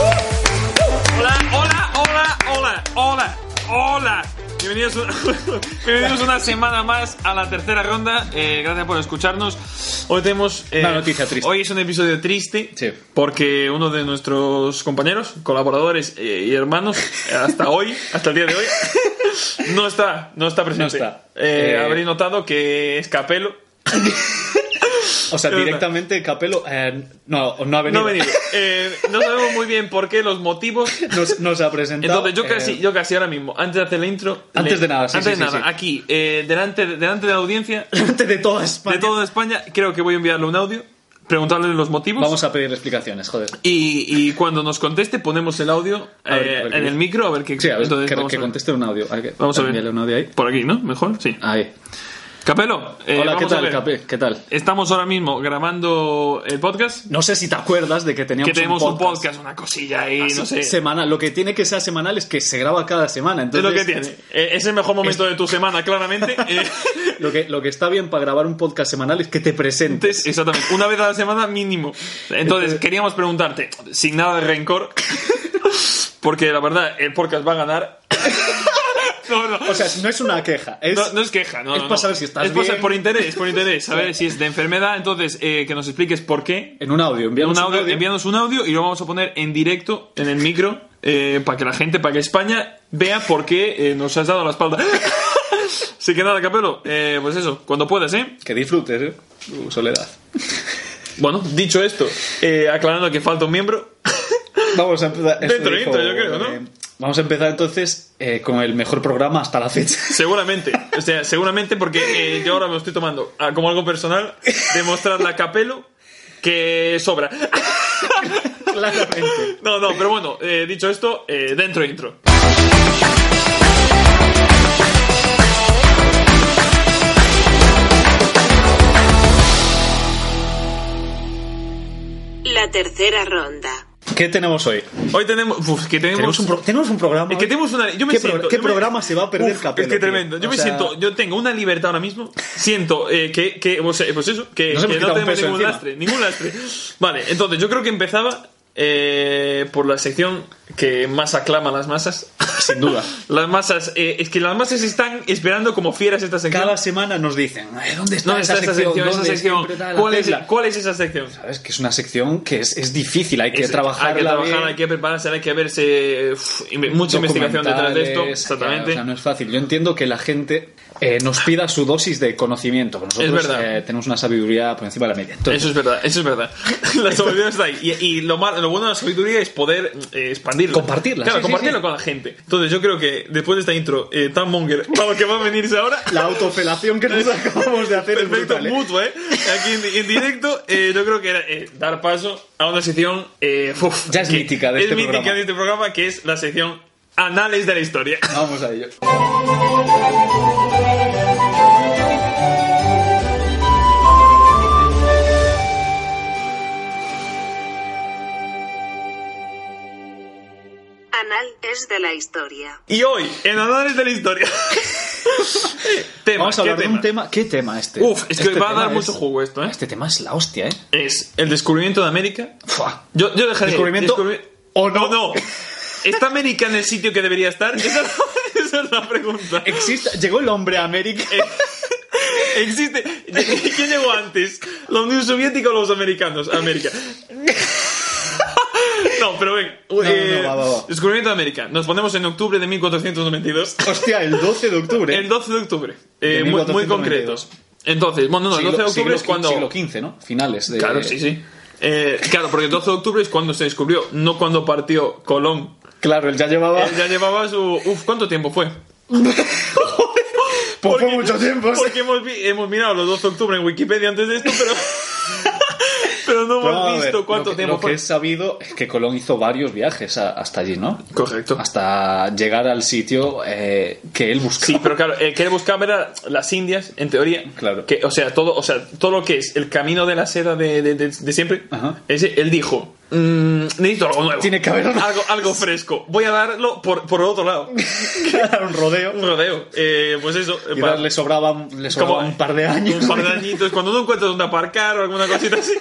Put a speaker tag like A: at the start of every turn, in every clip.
A: Hola, hola, hola, hola, hola, hola. Bienvenidos, un- bienvenidos una semana más a la tercera ronda. Eh, gracias por escucharnos. Hoy tenemos. eh,
B: Una noticia triste.
A: Hoy es un episodio triste.
B: Sí.
A: Porque uno de nuestros compañeros, colaboradores eh, y hermanos, hasta hoy, hasta el día de hoy, no está, no está presente.
B: No está.
A: Eh,
B: Eh,
A: Habréis notado que es Capelo.
B: O sea,
A: Es verdad.
B: directamente Capelo eh, no, no ha venido.
A: No ha venido. Eh, no sabemos muy bien por qué, los motivos.
B: Nos, nos ha presentado.
A: Entonces yo casi,
B: eh,
A: yo casi ahora mismo, antes de hacer la intro...
B: Antes
A: le-
B: de nada, sí,
A: Antes
B: sí,
A: de
B: sí,
A: nada,
B: sí.
A: aquí, eh, delante, de- delante de la audiencia,
B: delante de toda España.
A: de toda España, creo que voy a enviarle un audio, preguntarle los motivos.
B: Vamos a pedir explicaciones, joder.
A: y, y cuando nos conteste ponemos el audio
B: A ver,
A: eh,
B: a ver qué
A: en el
B: dice.
A: micro a ver qué...
B: Sí, a ver,
A: entonces
B: que,
A: vamos
B: que
A: a ver.
B: conteste un audio. Hay que-
A: Vamos a ver.
B: envíale un audio ahí.
A: Por aquí, ¿no? Mejor, sí.
B: Ahí.
A: Capelo. eh,
B: Hola,
A: vamos
B: ¿qué
A: a
B: tal,
A: ver.
B: Capé? ¿Qué tal?
A: Estamos ahora mismo grabando el podcast.
B: No sé si te acuerdas de que teníamos
A: Que tenemos
B: un podcast. Ah,
A: una cosilla ahí, no sé.
B: Semanal. Lo que tiene que sea semanal es que se graba cada semana.
A: Es
B: Entonces,
A: lo que tiene. Eh, es el mejor momento de tu semana, claramente. Eh,
B: Lo que, lo que está bien para grabar un podcast semanal es que te presentes.
A: Antes, exactamente, una vez a la semana mínimo. Entonces, queríamos preguntarte, sin nada de rencor, porque la verdad, el podcast va a ganar. No, no.
B: O sea, no es una queja. Es,
A: No, no es queja, no.
B: es
A: no, no.
B: para saber si estás
A: Es por,
B: bien.
A: por interés, por interés. A ver si es de enfermedad, entonces eh, que nos expliques por qué.
B: En un audio. Envíanos
A: Un audio, envíanos un audio y lo vamos a poner en directo en el micro eh, para que la gente, para que España vea por qué eh, nos has dado la espalda. Así que nada, Capelo, eh, pues eso, cuando puedas, ¿eh?
B: Que disfrutes, ¿eh? Tu soledad.
A: Bueno, dicho esto, eh, aclarando que falta un miembro.
B: Vamos a empezar. eso
A: Dentro, intro, yo creo, ¿no?
B: eh, vamos a empezar entonces eh, con el mejor programa hasta la fecha.
A: Seguramente, o sea, seguramente porque eh, yo ahora me lo estoy tomando ah, como algo personal, demostrarle a Capelo que sobra.
B: Claramente.
A: No, no, pero bueno, eh, dicho esto, eh, dentro intro.
C: La tercera ronda.
B: ¿Qué tenemos hoy?
A: Hoy tenemos. Uf, que tenemos.
B: Tenemos un, pro- tenemos un programa.
A: es que
B: hoy?
A: tenemos una. Yo me
B: ¿Qué, pro-
A: siento,
B: qué
A: yo me-
B: programa se va a perder
A: Uf,
B: Capelo,
A: Es que
B: tío?
A: tremendo. Yo
B: O
A: me
B: sea,
A: siento. Yo tengo una libertad ahora mismo. Siento eh, que. que pues, eh, pues eso, que,
B: Nos hemos
A: que no
B: quitado un
A: tenemos
B: peso
A: ningún
B: encima.
A: lastre. Ningún lastre. Vale, entonces yo creo que empezaba eh, por la sección que más aclama a las masas.
B: Sin duda.
A: Las masas. eh, es que las masas están esperando como fieras esta sección.
B: Cada semana nos dicen, "Ay, ¿dónde está,
A: no,
B: esa,
A: esa, esa
B: sección?
A: sección, esa
B: ¿Dónde
A: sección.
B: siempre tal,
A: ¿Cuál es,
B: hacerla?".
A: ¿Cuál es esa sección?
B: Sabes que es una sección que es, es difícil, hay que
A: Es-
B: trabajarla
A: Hay que trabajar,
B: bien,
A: hay que prepararse, hay que verse. uf, inve- mucha investigación detrás de esto.
B: documentales,
A: Exactamente.
B: O sea, no es fácil. Yo entiendo que la gente eh, nos pida su dosis de conocimiento. Nosotros
A: Es verdad.
B: eh, tenemos una sabiduría por encima de la media. Entonces,
A: Eso es verdad, eso es verdad. La sabiduría está ahí. Y, y lo, mal- lo bueno de la sabiduría es poder eh, expandirla.
B: Compartirla,
A: Claro,
B: sí, sí,
A: compartirlo
B: sí.
A: con la gente. Entonces yo creo que después de esta intro eh, tan monger, para lo que va a venirse ahora...
B: la autofelación que nos acabamos de hacer es
A: Perfecto,
B: brutal, ¿eh?
A: mutuo, ¿eh? Aquí en, en directo, eh, yo creo que era eh, dar paso a una sección. eh, uf,
B: Ya es
A: que
B: mítica de
A: es
B: este
A: mítica
B: programa.
A: de este programa, que es la sección Anales de la Historia.
B: Vamos a ello.
C: Anal es de la historia.
A: Y hoy, en Anales de la Historia. tema,
B: Vamos a
A: ¿qué
B: hablar de un tema. ¿Qué tema este?
A: Uf, es que
B: Este
A: va a
B: tema
A: dar
B: es-
A: mucho jugo esto, ¿eh?
B: Este tema es la hostia, ¿eh?
A: Es el descubrimiento de América. Yo, yo dejaría.
B: Descubrimiento o no.
A: ¿Está América en el sitio que debería estar? Esa es la, esa es la pregunta.
B: Existe, llegó el hombre a América.
A: Eh, Existe. ¿Quién llegó antes? ¿La Unión Soviética o los americanos? América. No, pero ven. Eh,
B: no, va, va, va.
A: Descubrimiento de América. Nos ponemos en octubre de 1492.
B: Hostia, el 12 de octubre.
A: El 12 de octubre. Eh,
B: De
A: muy, muy
B: 1492.
A: concretos. Entonces, bueno, no, el 12 de octubre es cuando.
B: Siglo XV, ¿no? Finales de...
A: Claro, sí, sí. Eh, claro, porque el 12 de octubre es cuando se descubrió, no cuando partió Colón.
B: Claro, él ya llevaba...
A: Él ya llevaba su... Uf, ¿cuánto tiempo fue?
B: Pues
A: Porque-
B: fue mucho tiempo. sí.
A: Porque hemos, vi- hemos mirado los 12 de octubre en Wikipedia antes de esto, pero... Pero no hemos
B: Vamos a ver,
A: visto cuánto
B: lo que,
A: tiempo
B: Lo que
A: fue.
B: he sabido es que Colón hizo varios viajes a- hasta allí, ¿no?
A: Correcto.
B: Hasta llegar al sitio eh, que él buscaba.
A: Sí, pero claro, eh, que él buscaba era las Indias, en teoría.
B: Claro.
A: Que, o, sea, todo, o sea, todo lo que es el camino de la seda de, de- de- de siempre,
B: Ajá.
A: ese, él dijo, "Mm, necesito algo nuevo.
B: Tiene que haber un-
A: algo, algo fresco. Voy a darlo por, por otro lado.
B: un rodeo.
A: Un rodeo. Eh, pues eso.
B: Y
A: para-
B: le sobraban, le
A: como-
B: sobraban un par de años.
A: Un par de añitos. Cuando no encuentras dónde aparcar o alguna cosita así,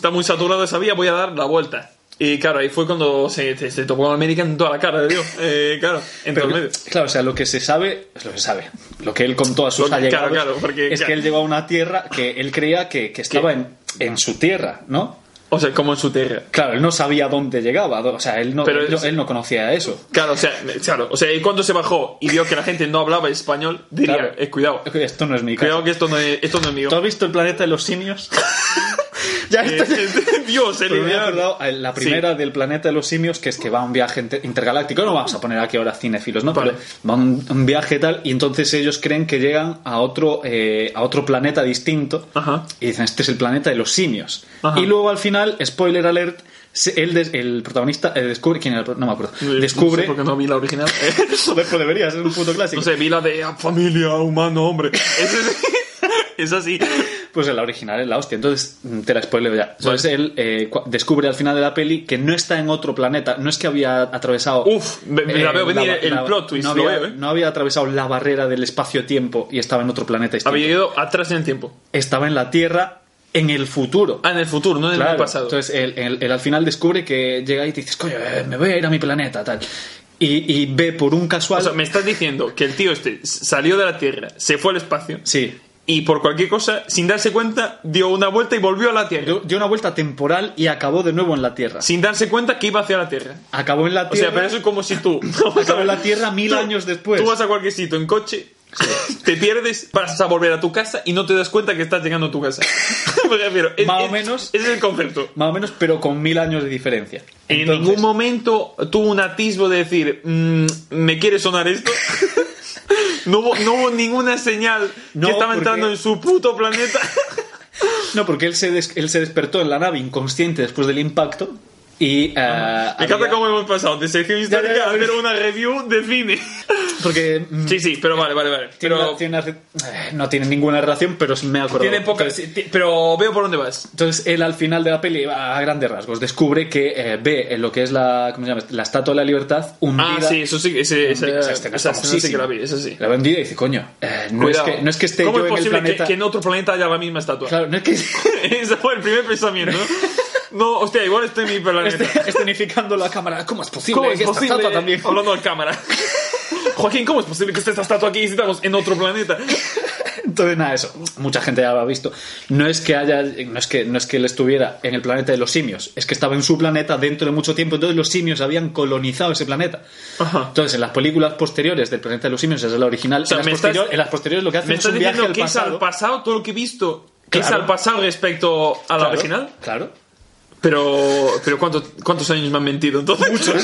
A: está muy saturado esa vía, voy a dar la vuelta. Y claro, ahí fue cuando se, se, se topó con América en toda la cara, digo. Eh, claro, en todo
B: Pero,
A: el medio.
B: claro, o sea, lo que se sabe es lo que se sabe. Lo que él contó a sus
A: Lo que-
B: allegados
A: claro, claro, porque-
B: es que él llegó a una tierra que él creía que, que estaba en, en su tierra, ¿no?
A: O sea, como en su tierra.
B: Claro, él no sabía dónde llegaba, o sea, él no,
A: Pero
B: él no-
A: es-
B: él no conocía eso.
A: Claro, o sea, claro, o sea, y cuando se bajó y vio que la gente no hablaba español, diría,
B: Claro.
A: eh, cuidado,
B: Esto no es mi casa.
A: cuidado que esto no es, esto no es mío.
B: ¿Tú has visto el planeta de los simios? ya
A: Eh, eh, Dios, el
B: Pero me he
A: ideal.
B: acordado, eh, la primera del planeta de los simios, que es que va a un viaje inter- intergaláctico. No vamos a poner aquí ahora cinéfilos, ¿no?
A: Vale.
B: Pero va un, un viaje tal, y entonces ellos creen que llegan a otro, eh, a otro planeta distinto.
A: Ajá.
B: Y dicen, este es el planeta de los simios.
A: Ajá.
B: Y luego al final, spoiler alert, se- él des- el protagonista eh, descubre. ¿Quién era? el pro- No me acuerdo.
A: Sí. No
B: Descubre.
A: sé por qué no vi la original. Eh,
B: Joder, pues debería ser un puto clásico.
A: No sé, vi la de ah, familia, humano, hombre. Es, es- es así.
B: Pues en la original es la hostia, entonces mm, te la spoileo ya. Entonces él eh, cua- descubre al final de la peli que no está en otro planeta, no es que había atravesado. eh,
A: Uf, me- me la veo venir
B: ba-
A: el plot twist,
B: No
A: lo
B: había,
A: veo, eh.
B: no había atravesado la barrera del espacio-tiempo y estaba en otro planeta distinto.
A: Había Ah, ido atrás en el tiempo.
B: Estaba en la Tierra en el futuro.
A: Ah, en el futuro, no en
B: Claro,
A: el pasado.
B: Entonces él, él- él al final descubre que llega y te dices, coño, eh, me voy a ir a mi planeta, tal. Y, y ve por un
A: o
B: casual.
A: sea, me estás diciendo que el tío este salió de la Tierra, se fue al espacio
B: Sí.
A: y por cualquier cosa, sin darse cuenta, dio una vuelta y volvió a la Tierra.
B: Dio dio una vuelta temporal y acabó de nuevo en la Tierra.
A: Sin darse cuenta que iba hacia la Tierra.
B: Acabó en la
A: O
B: Tierra.
A: sea, pero eso es como si tú.
B: Acabó en la Tierra mil
A: Tú-
B: años después.
A: Tú vas a cualquier sitio en coche, te pierdes, vas a volver a tu casa y no te das cuenta que estás llegando a tu casa. Me refiero, es-
B: Más o
A: es-
B: menos.
A: Ese es el concepto.
B: Más o menos, pero con mil años de diferencia.
A: En
B: Entonces,
A: ningún momento tuvo un atisbo de decir, "Mm, ¿me quiere sonar esto? no, hubo, no hubo ninguna señal
B: No,
A: que estaba
B: porque-
A: entrando en su puto planeta.
B: No, porque él se, des- él se despertó en la nave inconsciente después del impacto y... eh,
A: Me
B: había-
A: encanta cómo hemos pasado de sección histórica
B: ya,
A: a hacer una review de cine.
B: Porque... mm,
A: sí, sí, pero vale, vale, vale.
B: tiene
A: Pero,
B: una- tiene una re- eh, no tiene ninguna relación, pero sí me acuerdo.
A: tiene poca-
B: Entonces,
A: ti- pero veo por dónde vas.
B: entonces él al final de la peli, a grandes rasgos, descubre que eh, ve en lo que es la, ¿cómo se llama? la Estatua de la Libertad hundida.
A: Ah, sí, eso sí, ese, esa,
B: Esa
A: esa
B: escena
A: escena,
B: es
A: sí que la vi, eso sí.
B: La ve hundida y dice, coño, eh, no, es
A: Cuidado.
B: que, no es que esté
A: ¿Cómo
B: yo
A: es
B: en el
A: posible que-
B: planeta...
A: que, en otro planeta haya la misma estatua?
B: Claro, no es que...
A: Ese fue el primer pensamiento. No, hostia, igual estoy en mi planeta.
B: Este- Escenificando la cámara, ¿cómo es posible?
A: ¿Cómo es
B: que esta
A: posible?
B: estatua también?
A: Hablando al cámara. Joaquín, ¿cómo es posible que esté esta estatua aquí y estamos en otro planeta?
B: Entonces, nada, eso. Mucha gente ya lo ha visto. No es que haya. No es que, no es que él estuviera en el planeta de los simios. Es que estaba en su planeta dentro de mucho tiempo. Entonces, los simios habían colonizado ese planeta.
A: Ajá.
B: Entonces, en las películas posteriores del planeta de los simios, esa es la original.
A: sea,
B: en,
A: me
B: las
A: estás-
B: posterior- en las posteriores lo que hacen
A: ¿Me
B: es
A: estás
B: un viaje
A: diciendo
B: al
A: que es
B: pasado.
A: al pasado todo lo que he visto? Que es
B: Claro.
A: al pasado respecto a la
B: Claro,
A: original?
B: Claro.
A: Pero, pero ¿cuánto- ¿cuántos años me han mentido entonces? Muchos.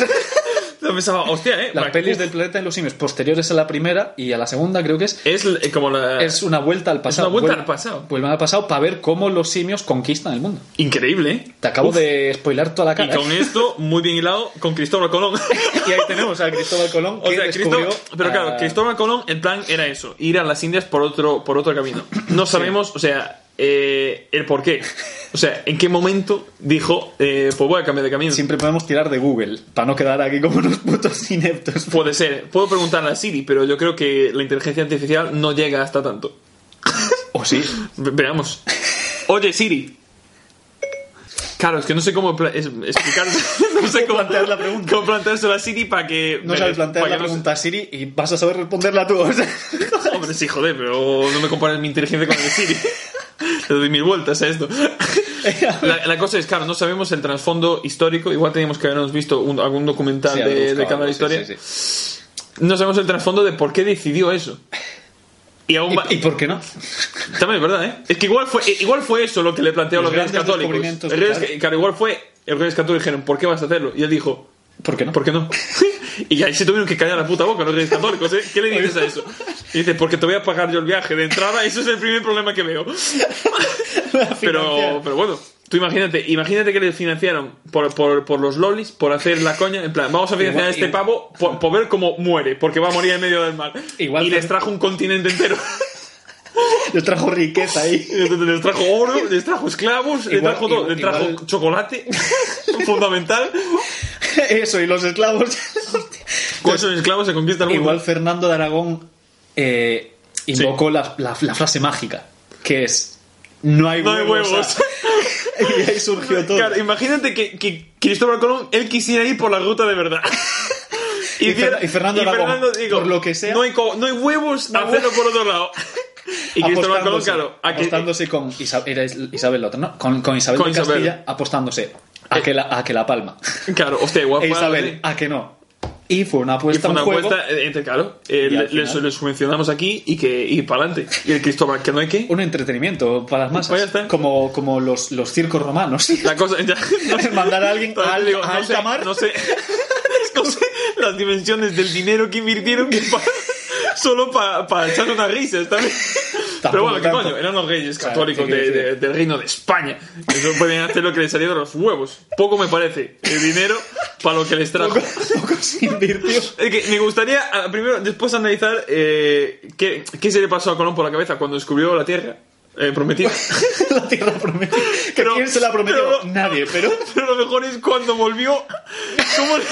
A: pensaba, hostia, eh.
B: Las
A: Mac-
B: pelis
A: uf,
B: del planeta de los simios posteriores a la primera y a la segunda, creo que es.
A: Es eh, como la.
B: Es una vuelta al pasado.
A: vuelta
B: Vuel-
A: al pasado.
B: Vuelven al pasado para ver cómo los simios conquistan el mundo.
A: Increíble, ¿eh?
B: Te acabo
A: Uf.
B: de spoilar toda la
A: Y
B: cara.
A: con
B: ¿eh?
A: esto, muy bien hilado, con Cristóbal Colón.
B: Y ahí tenemos a Cristóbal Colón.
A: O
B: que
A: sea, Cristó-
B: descubrió,
A: pero claro,
B: ah,
A: Cristóbal Colón, el plan era eso, ir a las Indias por otro, por otro camino. No sabemos, o sea, eh, el por qué. O sea, en qué momento dijo, eh, pues voy a cambiar de camino.
B: Siempre podemos tirar de Google para no quedar aquí como unos putos ineptos.
A: Puede ser, puedo preguntarle a Siri, pero yo creo que la inteligencia artificial no llega hasta tanto.
B: O sí.
A: Ve- Veamos. Oye, Siri. Claro, es que no sé cómo pla- es- explicar. No sé cómo,
B: plantear la pregunta?
A: cómo planteárselo a Siri para que.
B: No sabes plantear
A: para
B: la
A: que no se-
B: pregunta a Siri y vas a saber responderla tú. o sea.
A: Hombre, sí, joder, pero no me compares mi inteligencia con el de Siri. Le doy mil vueltas a esto. La, la cosa es, claro, no sabemos el trasfondo histórico. Igual teníamos que habernos visto un- algún documental
B: Sí,
A: de,
B: buscaba,
A: de Cámara de
B: sí,
A: Historia.
B: sí, sí.
A: No sabemos el trasfondo de por qué decidió eso. Y aún va-
B: ¿Y, y por qué no?
A: También es verdad, ¿eh? Es que igual fue, igual fue eso lo que le planteó a los,
B: Los
A: reyes
B: grandes
A: católicos.
B: descubrimientos,
A: El reyes-
B: claro.
A: claro, igual fue. Los reyes católicos dijeron, ¿por qué vas a hacerlo? Y él dijo,
B: ¿Por qué no?
A: ¿Por qué no? Y ahí se tuvieron que callar la puta boca los reyes católicos, ¿eh? ¿Qué le dices a eso? Y dices, porque te voy a pagar yo el viaje de entrada, eso es el primer problema que veo.
B: La financiera.
A: Pero, pero bueno, Tú imagínate, imagínate que le financiaron por, por, por los lolis, por hacer la coña, en plan, vamos a financiar
B: Igual-
A: a este
B: igual-
A: pavo por, por ver cómo muere, porque va a morir en medio del mar.
B: Igual
A: y
B: que-
A: les trajo un continente entero.
B: Les trajo riqueza ahí.
A: les trajo oro, les trajo esclavos, les
B: Igual-
A: trajo todo,
B: igual-
A: les trajo
B: igual-
A: chocolate, fundamental.
B: Eso, y los esclavos.
A: Con esos esclavos se conquista el mundo.
B: Igual Fernando de Aragón eh, invocó la, la- la frase mágica, que es... No hay
A: No hay
B: huevos.
A: huevos.
B: y ahí surgió todo.
A: Claro, imagínate que, que Cristóbal Colón, él quisiera ir por la ruta de verdad.
B: Y Fer- y Fernando Aragón, por lo que sea.
A: No hay, co- no hay huevos, hacerlo por otro lado. Y Cristóbal Colón,
B: apostándose,
A: claro, a que-
B: apostándose con Isa- era Is- Isabel la otra, ¿no? Con, con Isabel
A: Con
B: de
A: Isabel.
B: Castilla apostándose a que la, a que la palma.
A: claro, hostia, guapa.
B: e Isabel,
A: sí.
B: a que no. Y fue una
A: Y
B: apuesta,
A: fue una
B: un juego,
A: apuesta eh, entre, claro, eh,
B: Y al
A: le, le-
B: final-
A: le subvencionamos aquí y que y para adelante. Y el Cristóbal, que no hay que.
B: un entretenimiento para las masas.
A: Pues ya está.
B: Como, como los, los circos romanos.
A: La cosa, ya, no sé.
B: Mandar a alguien
A: Entonces,
B: a al-
A: digo,
B: a
A: no
B: alta
A: sé,
B: mar.
A: No sé, no sé las dimensiones del dinero que invirtieron que pa- solo para echar unas risas también. Pero bueno, ¿qué
B: tanto.
A: coño? Eran los reyes
B: Claro,
A: católicos
B: ¿qué quiere
A: de- de-
B: decir?
A: del reino de España. Eso pueden hacer lo que les salió de los huevos. Poco me parece el dinero para lo que les trajo.
B: Poco se invirtió.
A: Es que me gustaría ah, primero, después analizar eh, qué, qué se le pasó a Colón por la cabeza cuando descubrió la tierra eh, prometida.
B: la tierra prometida. ¿Que
A: Pero-
B: ¿Quién se la prometió?
A: pero no.
B: Nadie, pero...
A: Pero lo mejor es cuando volvió. ¿Cómo le,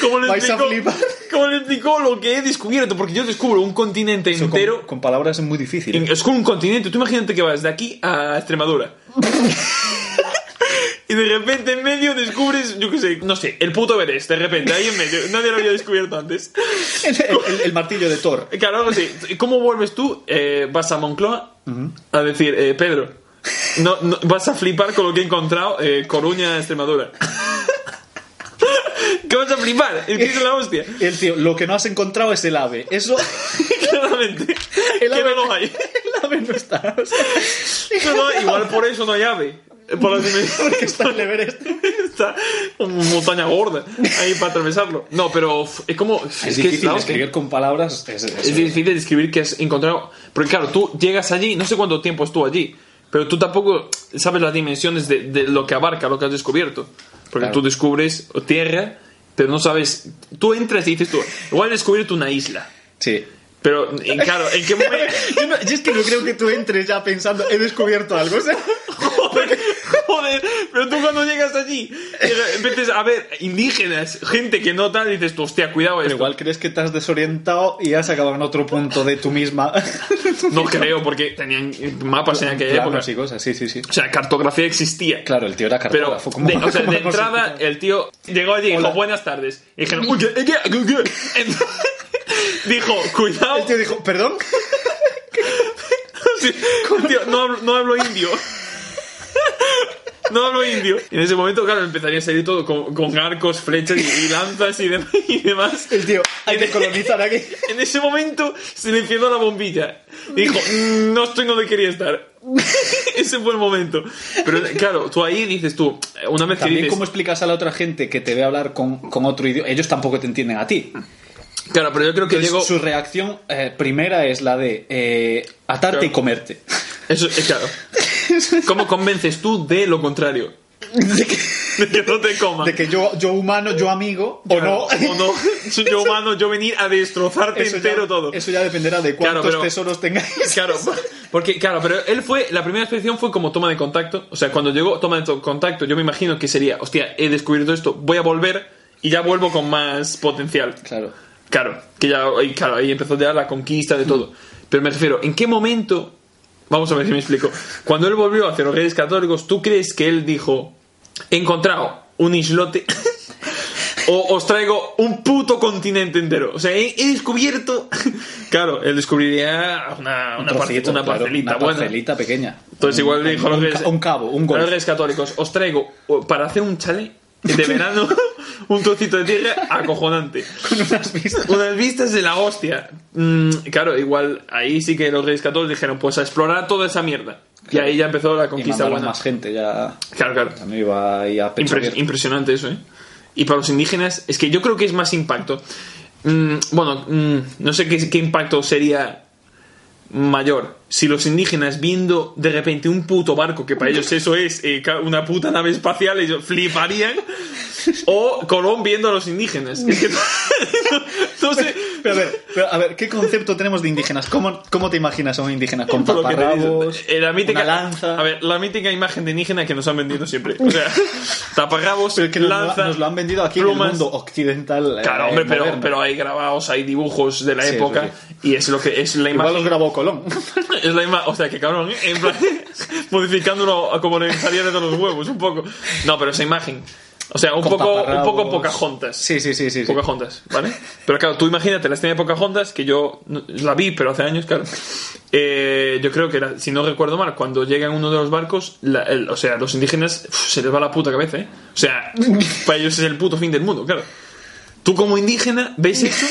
A: cómo le
B: Vais a
A: explicó,
B: flipar.
A: cómo le explicó lo que he descubierto? Porque yo descubro un continente
B: Eso con-
A: entero.
B: Con, palabras es muy difícil.
A: en-
B: ¿eh?
A: es como un continente. Tú imagínate que vas de aquí a Extremadura. y de repente en medio descubres, yo qué sé, no sé, el puto Everest. De repente, ahí en medio. Nadie lo había descubierto antes.
B: El, el- el martillo de Thor.
A: Claro, algo así. ¿Cómo vuelves tú? Eh, vas a Moncloa a decir, eh, Pedro, no, no- vas a flipar con lo que he encontrado, eh, Coruña, Extremadura. ¿Qué vas a flipar? El que es la hostia.
B: Y El tío, lo que no has encontrado es el ave. Eso,
A: Claramente.
B: El
A: que
B: ave-
A: no lo hay.
B: el ave no está. o sea,
A: No, no, igual por eso no hay ave. Por las dimensiones.
B: porque está el Everest.
A: Está una montaña gorda ahí para atravesarlo. No, pero uf, es como. Es,
B: Es
A: que
B: difícil
A: la hostia.
B: escribir con palabras. Es, es-
A: Es difícil describir que has encontrado. Porque claro, tú llegas allí, no sé cuánto tiempo estuvo allí, pero tú tampoco sabes las dimensiones de, de lo que abarca, lo que has descubierto. Porque
B: Claro.
A: tú descubres tierra, pero no sabes. Tú entras y dices tú, igual he descubierto una isla.
B: Sí.
A: Pero eh, claro, ¿en qué momento?
B: Yo, no- yo es que no creo que tú entres ya pensando, he descubierto algo. o sea,
A: Joder, joder, pero tú cuando llegas allí, llega- empiezas a ver indígenas, gente que no tal, y dices tú, hostia, cuidado
B: pero
A: esto.
B: igual crees que te has desorientado y has acabado en otro punto de tú misma.
A: No creo, porque tenían mapas en aquella
B: Planos
A: época.
B: y cosas, sí, sí, sí.
A: O sea, cartografía existía.
B: Claro, el tío era
A: Pero,
B: cartógrafo. como-
A: de, o sea,
B: como
A: de
B: hemos
A: entrada, eh,
B: explicado.
A: el tío llegó allí y dijo,
B: Hola.
A: buenas tardes. Y dijeron, "Uy, ¿qué, qué, qué, qué?" Entonces, dijo, cuidado.
B: El tío dijo, ¿perdón?
A: Sí, el tío, no, hablo, no hablo indio. No hablo indio. Y en ese momento, claro, empezaría a salir todo con, con arcos, flechas y, y lanzas y, dem- y demás.
B: El tío, hay que colonizar aquí.
A: En ese momento se le encendió la bombilla. Y dijo, "Mm, no estoy donde quería estar. Ese fue el momento. Pero claro, tú ahí dices tú, una vez que
B: También
A: dices...
B: cómo explicas a la otra gente que te ve hablar con, con otro idioma. Ellos tampoco te entienden a ti.
A: Claro, pero yo creo que
B: Entonces,
A: llegó...
B: Su reacción eh, primera es la de eh, atarte
A: Claro.
B: y comerte.
A: Eso es claro. ¿Cómo convences tú de lo contrario?
B: De que,
A: De que no te coman.
B: de que yo, yo humano, yo amigo, o no.
A: O no. Soy Yo humano, yo venir a destrozarte
B: Eso ya-
A: entero todo.
B: Eso ya dependerá de cuántos
A: Claro, pero-
B: tesoros tengáis.
A: Claro, porque claro, pero él fue la primera expedición fue como toma de contacto, o sea, cuando llegó toma de to- contacto, yo me imagino que sería, hostia, he descubierto esto, voy a volver y ya vuelvo con más potencial.
B: Claro.
A: Claro, que ya y claro, ahí empezó ya la conquista de todo. Pero me refiero, ¿en qué momento? Vamos a ver si me explico. Cuando él volvió hacia los Reyes Católicos, ¿tú crees que él dijo, he encontrado un islote o os traigo un puto continente entero? O sea, he, he descubierto... Claro, él descubriría una, una, parcelita,
B: Trocito,
A: una
B: claro,
A: parcelita
B: una
A: buena.
B: parcelita pequeña.
A: Entonces igual le dijo a los
B: Un ca-
A: Reyes...
B: un cabo, un
A: a
B: golf.
A: los Reyes Católicos, os traigo o- para hacer un chalet de verano un trocito de tierra acojonante.
B: Con unas vistas.
A: Unas vistas de la hostia. Mm, claro, igual ahí sí que los reyes católicos dijeron, pues a explorar toda esa mierda. Y ahí ya empezó la
B: Y
A: conquista
B: mandaron
A: buena.
B: más gente ya.
A: Claro, claro.
B: Ya me iba ahí a pecho
A: Impres-
B: abierto.
A: impresionante eso, ¿eh? Y para los indígenas, es que yo creo que es más impacto. Mm, bueno, mm, no sé qué, qué impacto sería mayor. si los indígenas viendo de repente un puto barco, que para ellos eso es eh, ca- una puta nave espacial, ellos fliparían, o Colón viendo a los indígenas. Es que no, no sé.
B: Pero a ver, pero a ver, ¿qué concepto tenemos de indígenas? ¿Cómo, cómo te imaginas a un indígena? ¿Con
A: por lo que te dicen.
B: taparrabos?
A: Eh, la mítica,
B: una lanza?
A: A ver, la mítica imagen de indígena que nos han vendido siempre. O sea, taparrabos,
B: Pero es que nos, lo-
A: lanza,
B: nos lo han vendido aquí en
A: plumas.
B: el mundo occidental. eh,
A: Claro, hombre, pero,
B: moderno.
A: pero hay grabados, hay dibujos de la
B: Sí, eso
A: época y es lo que es la
B: Igual
A: imagen.
B: los grabó Colón.
A: Es la ima- o sea, que cabrón, ¿eh? en plan, modificándolo a como le salía de los huevos, un poco. No, pero esa imagen. O sea, un
B: Con
A: poco, un
B: taparrabos.
A: poco Pocahontas.
B: Sí, sí, sí, sí. sí.
A: Pocahontas, ¿vale? Pero claro, tú imagínate la escena de Pocahontas, que yo no- la vi, pero hace años, claro. Eh, yo creo que, era, si no recuerdo mal, cuando llega en uno de los barcos, la- el- o sea, los indígenas uf, se les va la puta cabeza, ¿eh? O sea, para ellos es el puto fin del mundo, claro. Tú como indígena ves eso,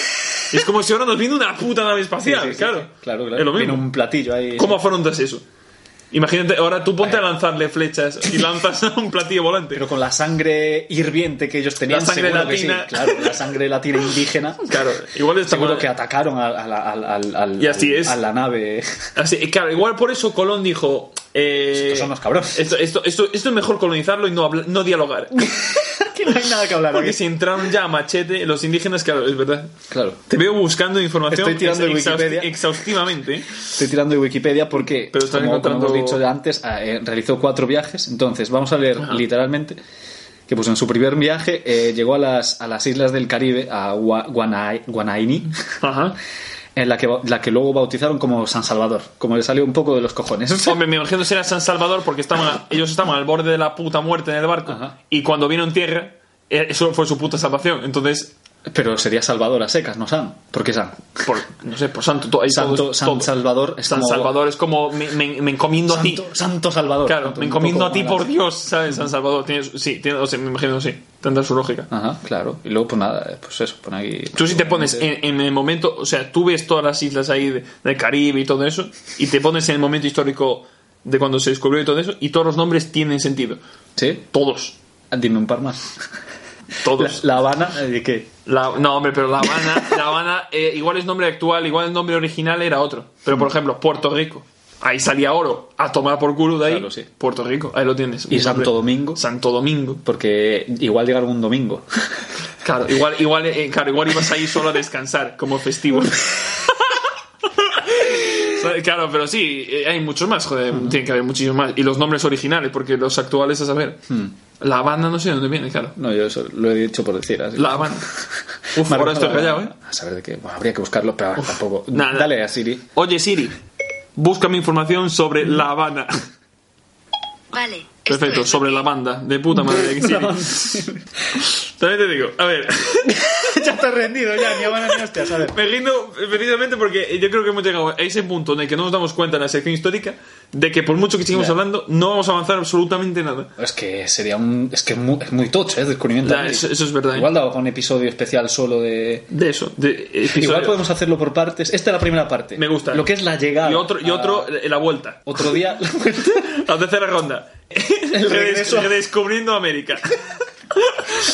A: y es como si ahora nos viene una puta nave
B: Sí,
A: espacial,
B: sí, sí,
A: claro.
B: sí. Claro,
A: Es lo
B: claro. Tiene
A: mismo.
B: un platillo ahí.
A: ¿Cómo afrontas eso? Imagínate, ahora tú ponte a lanzarle flechas y lanzas a un platillo volante.
B: Pero con la sangre hirviente que ellos tenían.
A: La sangre
B: seguro que sí.
A: latina.
B: Claro, la sangre latina indígena.
A: Claro, igual está
B: Seguro
A: mal.
B: que atacaron a, a la- al- al- al-
A: Y así es.
B: a la nave.
A: Así, eh, claro, igual por eso Colón dijo. eh,
B: Estos son los cabrones.
A: Esto, esto, esto, esto es mejor colonizarlo y no, habla- no dialogar.
B: que no hay nada que hablar.
A: Porque
B: aquí.
A: si entraron ya a machete, los indígenas, claro, es verdad.
B: Claro.
A: Te veo buscando información
B: Estoy tirando de Wikipedia.
A: exhaustivamente. ¿eh?
B: Estoy tirando de Wikipedia porque,
A: Pero están
B: como, como
A: encontrando-
B: hemos dicho ya antes, ah, eh, realizó cuatro viajes. Entonces, vamos a leer literalmente que pues en su primer viaje eh, llegó a las, a las islas del Caribe, a Gua- Guanai- Guanaini,
A: Ajá.
B: en la que, ba- la que luego bautizaron como San Salvador, como le salió un poco de los cojones.
A: Hombre, me imagino si era San Salvador porque estaban, a- ellos estaban al borde de la puta muerte en el barco.
B: Ajá.
A: Y cuando vieron tierra, eh, eso fue su puta salvación. Entonces,
B: Pero sería Salvador a secas, no San. ¿Por qué San?
A: por, no sé, por santo, to- ahí
B: Santo-
A: todos-
B: San
A: todo.
B: Salvador es
A: San
B: como-
A: Salvador es como me, me- me encomiendo a ti.
B: Santo, Santo Salvador.
A: Claro,
B: Santo,
A: me
B: un
A: encomiendo
B: poco
A: a ti
B: mala-
A: por Dios, ¿sabes? San Salvador, tienes, sí, tienes, o sea, me imagino, sí, tendrá su lógica.
B: Ajá, claro. Y luego, pues nada, eh, pues eso, pone aquí.
A: Tú si te pones en, en el momento, o sea, tú ves todas las islas ahí de- del Caribe y todo eso, y te pones en el momento histórico de cuando se descubrió y todo eso, y todos los nombres tienen sentido.
B: Sí,
A: Todos,
B: dime un par más. La,
A: todos.
B: La Habana, eh, ¿de qué?
A: La- no, hombre, pero La Habana, La Habana eh, igual es nombre actual, igual el nombre original era otro. Pero, por ejemplo, Puerto Rico. Ahí salía oro, a tomar por culo de ahí.
B: Claro, sí.
A: Puerto Rico, ahí lo tienes.
B: Y Santo Domingo.
A: Santo Domingo.
B: Porque igual llegaron un domingo.
A: Claro, igual, igual, eh, claro, igual ibas ahí solo a descansar, como festivo. claro, pero sí, eh, hay muchos más, joder, tiene que haber muchísimos más. Y los nombres originales, porque los actuales, a saber. La Habana, no sé de dónde viene, claro.
B: No, yo eso lo he dicho por decir. Así.
A: La Habana. Uf,
B: Marruecos,
A: ahora estoy
B: la verdad,
A: callado, ¿eh?
B: A saber de qué. Bueno, habría que buscarlo, pero tampoco.
A: nada.
B: Dale a Siri.
A: Oye, Siri, búscame información sobre La Habana.
C: Vale. esto
A: Perfecto,
C: es-
A: sobre la banda. De puta madre, Siri. También te digo, a ver.
B: ya estás rendido, ya, ni Habana ni hostias. A ver.
A: Me rindo precisamente porque yo creo que hemos llegado a ese punto en el que no nos damos cuenta en la sección histórica de que por mucho que sigamos
B: Ya.
A: hablando no vamos a avanzar absolutamente nada.
B: Es que sería un. Es que es muy, es muy tocho, ¿eh? Descubrimiento.
A: Ya,
B: de América.
A: eso- eso es verdad, ¿eh?
B: Igual daba un episodio especial solo de.
A: De eso, de episodio.
B: Igual podemos hacerlo por partes. Esta es la primera parte.
A: Me gusta.
B: Lo que es la llegada.
A: Y otro, y
B: a-
A: otro eh, la vuelta.
B: Otro día.
A: La tercera ronda.
B: El regreso.
A: Descubriendo América.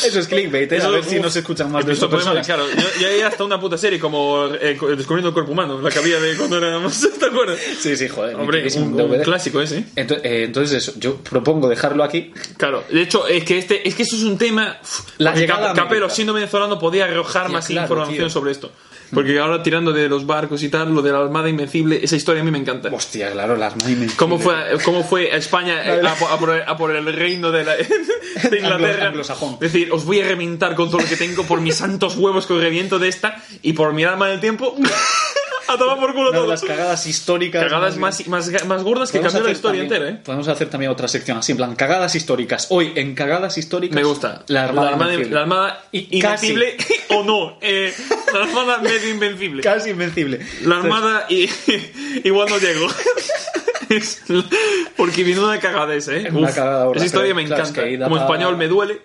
B: Eso es clickbait, ¿eh? A
A: Eso,
B: ver si
A: uf,
B: nos escuchan más de
A: Esto
B: ocho
A: podemos-
B: personas.
A: Claro, yo, yo hay hasta una puta serie como eh, Descubriendo el Cuerpo Humano, la que había de cuando éramos. ¿Te acuerdas?
B: Sí, sí, joder.
A: Hombre,
B: mitiquísimo
A: un, un
B: DVD.
A: clásico ese. ¿eh?
B: Ento- eh, Entonces, eso, yo propongo dejarlo aquí.
A: Claro, de hecho, es que este, es que eso es un tema. uf,
B: La
A: porque
B: llegada
A: Cap-
B: a América.
A: Capelo, siendo venezolano, podía arrojar
B: Ya,
A: más
B: claro,
A: información
B: tío.
A: sobre esto. Porque ahora tirando de los barcos y tal, lo de la Armada Invencible, esa historia a mí me encanta.
B: Hostia, claro, las manos.
A: ¿Cómo fue, ¿Cómo fue a España eh, a, por- a por, el- a por el reino de, la- de Inglaterra?
B: anglosajón.
A: Es decir, os voy a reventar con todo lo que tengo por mis santos huevos que os reviento de esta y por mi alma del tiempo. a tomar por culo
B: Una de
A: todo.
B: las cagadas históricas.
A: Cagadas más, más, más gordas que
B: Podemos
A: cambió la
B: hacer
A: historia
B: también-
A: entera, ¿eh?
B: Podemos hacer también otra sección así, en plan, cagadas históricas. Hoy, en cagadas históricas.
A: Me gusta.
B: La Armada. Invencible.
A: la armada
B: Y
A: invencible o no. eh, la Armada medio invencible.
B: Casi invencible.
A: La Armada y, igual no llego. Es la- Porque viene una cagada esa, ¿eh?
B: Es una
A: Uf,
B: cagada gorda,
A: esa historia
B: pero,
A: me
B: claro, es
A: encanta.
B: que ahí da
A: Como
B: pa-
A: español me duele.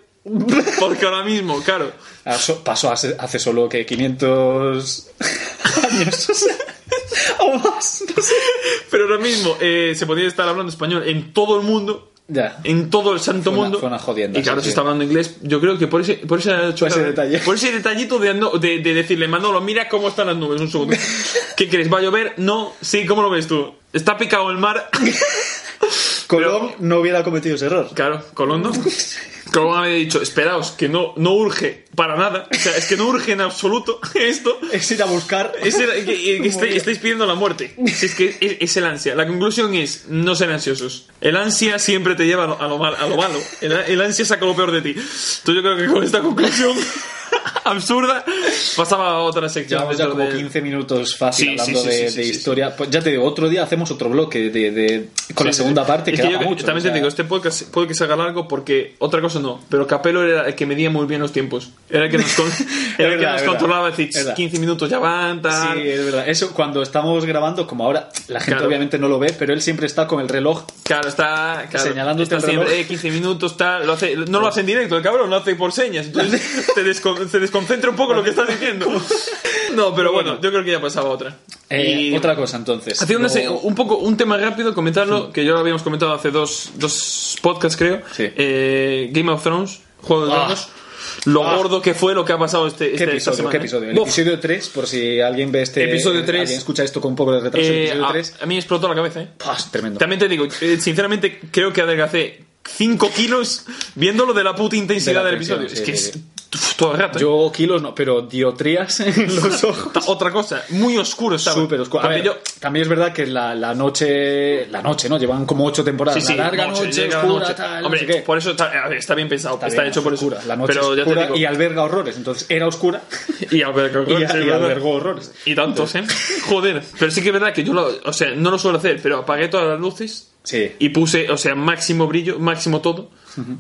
A: Porque ahora mismo, claro.
B: Ah, so- Pasó hace, hace solo que 500 años. o más. no sé.
A: Pero ahora mismo eh, se podría estar hablando español en todo el mundo
B: Ya.
A: en todo el santo
B: Fue una-
A: mundo.
B: fue una jodienda,
A: y claro,
B: sí,
A: se
B: sí.
A: está hablando inglés. Yo creo que por ese, por esa chorrada-
B: ese detalle.
A: por ese detallito de, ando- de, de decirle, Manolo, mira cómo están las nubes, un segundo. ¿Qué crees? ¿Va a llover? No, sí, ¿cómo lo ves tú? Está picado el mar.
B: Colón no hubiera cometido ese error.
A: Claro, Colón no. Colón había dicho, esperaos, que no, no urge para nada. O sea, es que no urge en absoluto esto.
B: Es ir a buscar.
A: Es el- que- que- que estáis, estáis pidiendo la muerte. Si es que es, es el ansia. La conclusión es, no ser ansiosos. El ansia siempre te lleva a lo, a lo mal- a lo malo. El, el ansia saca lo peor de ti. Entonces yo creo que con esta conclusión absurda pasaba a otra sección.
B: Llevamos ya
A: dentro
B: como
A: de-
B: 15 minutos fácil
A: Sí, sí,
B: hablando
A: sí,
B: de,
A: sí, sí,
B: de
A: sí, sí.
B: historia. Pues ya te digo, otro día hacemos otro bloque de, de- con la
A: Sí,
B: segunda
A: sí.
B: parte
A: Es
B: que,
A: que
B: da
A: yo
B: pa' mucho.
A: También
B: o
A: te
B: sea,
A: digo, este podcast puede que se haga largo porque otra cosa no, pero Capello era el que medía muy bien los tiempos. Era el que nos, con- era el que
B: verdad,
A: nos
B: es
A: controlaba,
B: verdad.
A: decir,
B: Es verdad.
A: 15 minutos ya van, tal.
B: Sí, es verdad. Eso cuando estamos grabando, como ahora la gente
A: Claro.
B: obviamente no lo ve, pero él siempre está con el reloj.
A: Claro, está claro,
B: Señalándote
A: está
B: el
A: siempre,
B: reloj.
A: eh, 15 minutos, tal. Lo hace, no
B: Pues
A: lo hace en directo, el cabrón, lo hace por señas. Entonces te, descon- se desconcentra un poco lo que estás diciendo. No, pero bueno, yo creo que ya pasaba otra.
B: Eh,
A: Y-
B: Otra cosa entonces.
A: Hacía una
B: Luego-
A: se- un poco un tema rápido, comentarlo, que ya lo habíamos comentado hace dos, dos podcasts, creo.
B: Sí.
A: Eh, Game of Thrones, Juego de
B: Ah.
A: Tronos. Lo
B: Ah.
A: gordo que fue lo que ha pasado este,
B: ¿Qué
A: este- esta
B: episodio?
A: semana.
B: ¿Qué episodio? El
A: Buf.
B: episodio 3, por si alguien ve este.
A: Episodio
B: eh,
A: tres.
B: Alguien escucha esto con un poco de retraso. el
A: Eh,
B: episodio
A: a,
B: 3.
A: a mí me explotó la cabeza, ¿eh?
B: ¡pah! tremendo.
A: También te digo, eh, sinceramente creo que adelgacé 5 kilos viendo lo de la puta intensidad
B: De la
A: del
B: tensión,
A: episodio.
B: sí,
A: es que
B: sí,
A: es uf, todo el rato. ¿eh?
B: Yo kilos no, pero diotrías en los ojos.
A: Ta- Otra cosa, muy oscuro, ¿sabes?
B: Súper oscuro. A
A: Porque
B: ver,
A: yo-
B: también es verdad que la, la noche, la noche, ¿no? Llevan como ocho temporadas.
A: Sí, sí,
B: la larga noche,
A: llega la
B: oscura,
A: noche.
B: tal, no
A: Hombre,
B: sé qué.
A: por eso está, a ver, está bien pensado, está,
B: bien,
A: hecho por eso.
B: oscura. La noche
A: pero
B: es
A: ya te
B: oscura
A: digo-
B: y alberga horrores. Entonces era oscura
A: Y albergó
B: y,
A: horrores,
B: y
A: es verdad.
B: albergó horrores.
A: Y tantos, ¿eh? Joder. Pero sí que es verdad que yo lo, o sea, no lo suelo hacer, pero apagué todas las luces
B: Sí.
A: y puse, o sea, máximo brillo, máximo todo,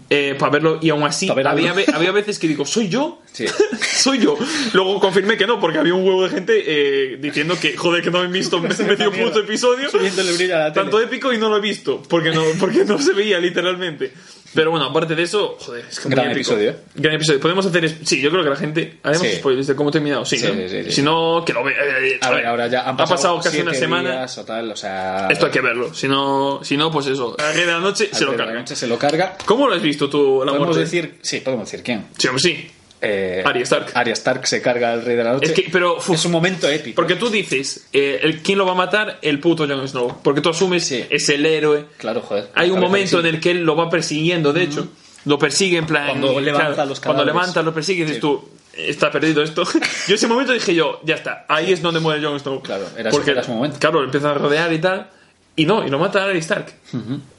A: eh, para verlo. Y aún así,
B: Para ver
A: había,
B: algo.
A: ve- había veces que digo, ¿soy yo?
B: Sí.
A: Soy yo. Luego confirmé que no, porque había un huevo de gente eh, diciendo que, joder, que no he visto medio
B: mierda.
A: puto episodio.
B: Subiéndole brillo a la tele.
A: Tanto épico y no lo he visto, porque no, porque no se veía literalmente. Pero bueno, aparte de eso, joder, es que muy
B: Gran
A: épico.
B: episodio, ¿eh?
A: Gran episodio. Podemos hacer. es- Sí, yo creo que la gente. Haremos
B: Sí.
A: spoilers de cómo he terminado. Sí,
B: Sí,
A: ¿no?
B: sí, sí, sí.
A: Si no, que lo vea. eh, eh,
B: A ver, ahora ya han pasado,
A: ha pasado casi
B: siete
A: una semana.
B: días o tal, o sea,
A: Esto hay que verlo. Si no, si no pues eso. A de la noche se lo
B: alberga la
A: carga.
B: noche se lo carga.
A: ¿Cómo lo has visto tú, la
B: Podemos
A: muerte?
B: decir, sí, podemos decir quién.
A: Sí, hombre, sí.
B: Eh,
A: Arya Stark.
B: Arya Stark se carga al rey de la noche.
A: Es que, pero. uf,
B: es un momento épico.
A: Porque tú dices, eh, el- ¿quién lo va a matar? El puto Jon Snow. Porque tú asumes
B: Sí.
A: es el héroe.
B: Claro, joder.
A: Hay un
B: Cabeza
A: momento
B: de
A: en el que él lo va persiguiendo, de hecho. Lo persigue en plan.
B: Cuando levanta los
A: Cuando
B: cadáveres.
A: levanta, lo persigue y dices
B: Sí.
A: tú. Está perdido esto. Yo ese momento dije yo, ya está, ahí es donde muere Jon Snow.
B: Claro, era su- era su momento.
A: Claro, lo empiezan a rodear y tal. Y no, y lo mata a Arya Stark.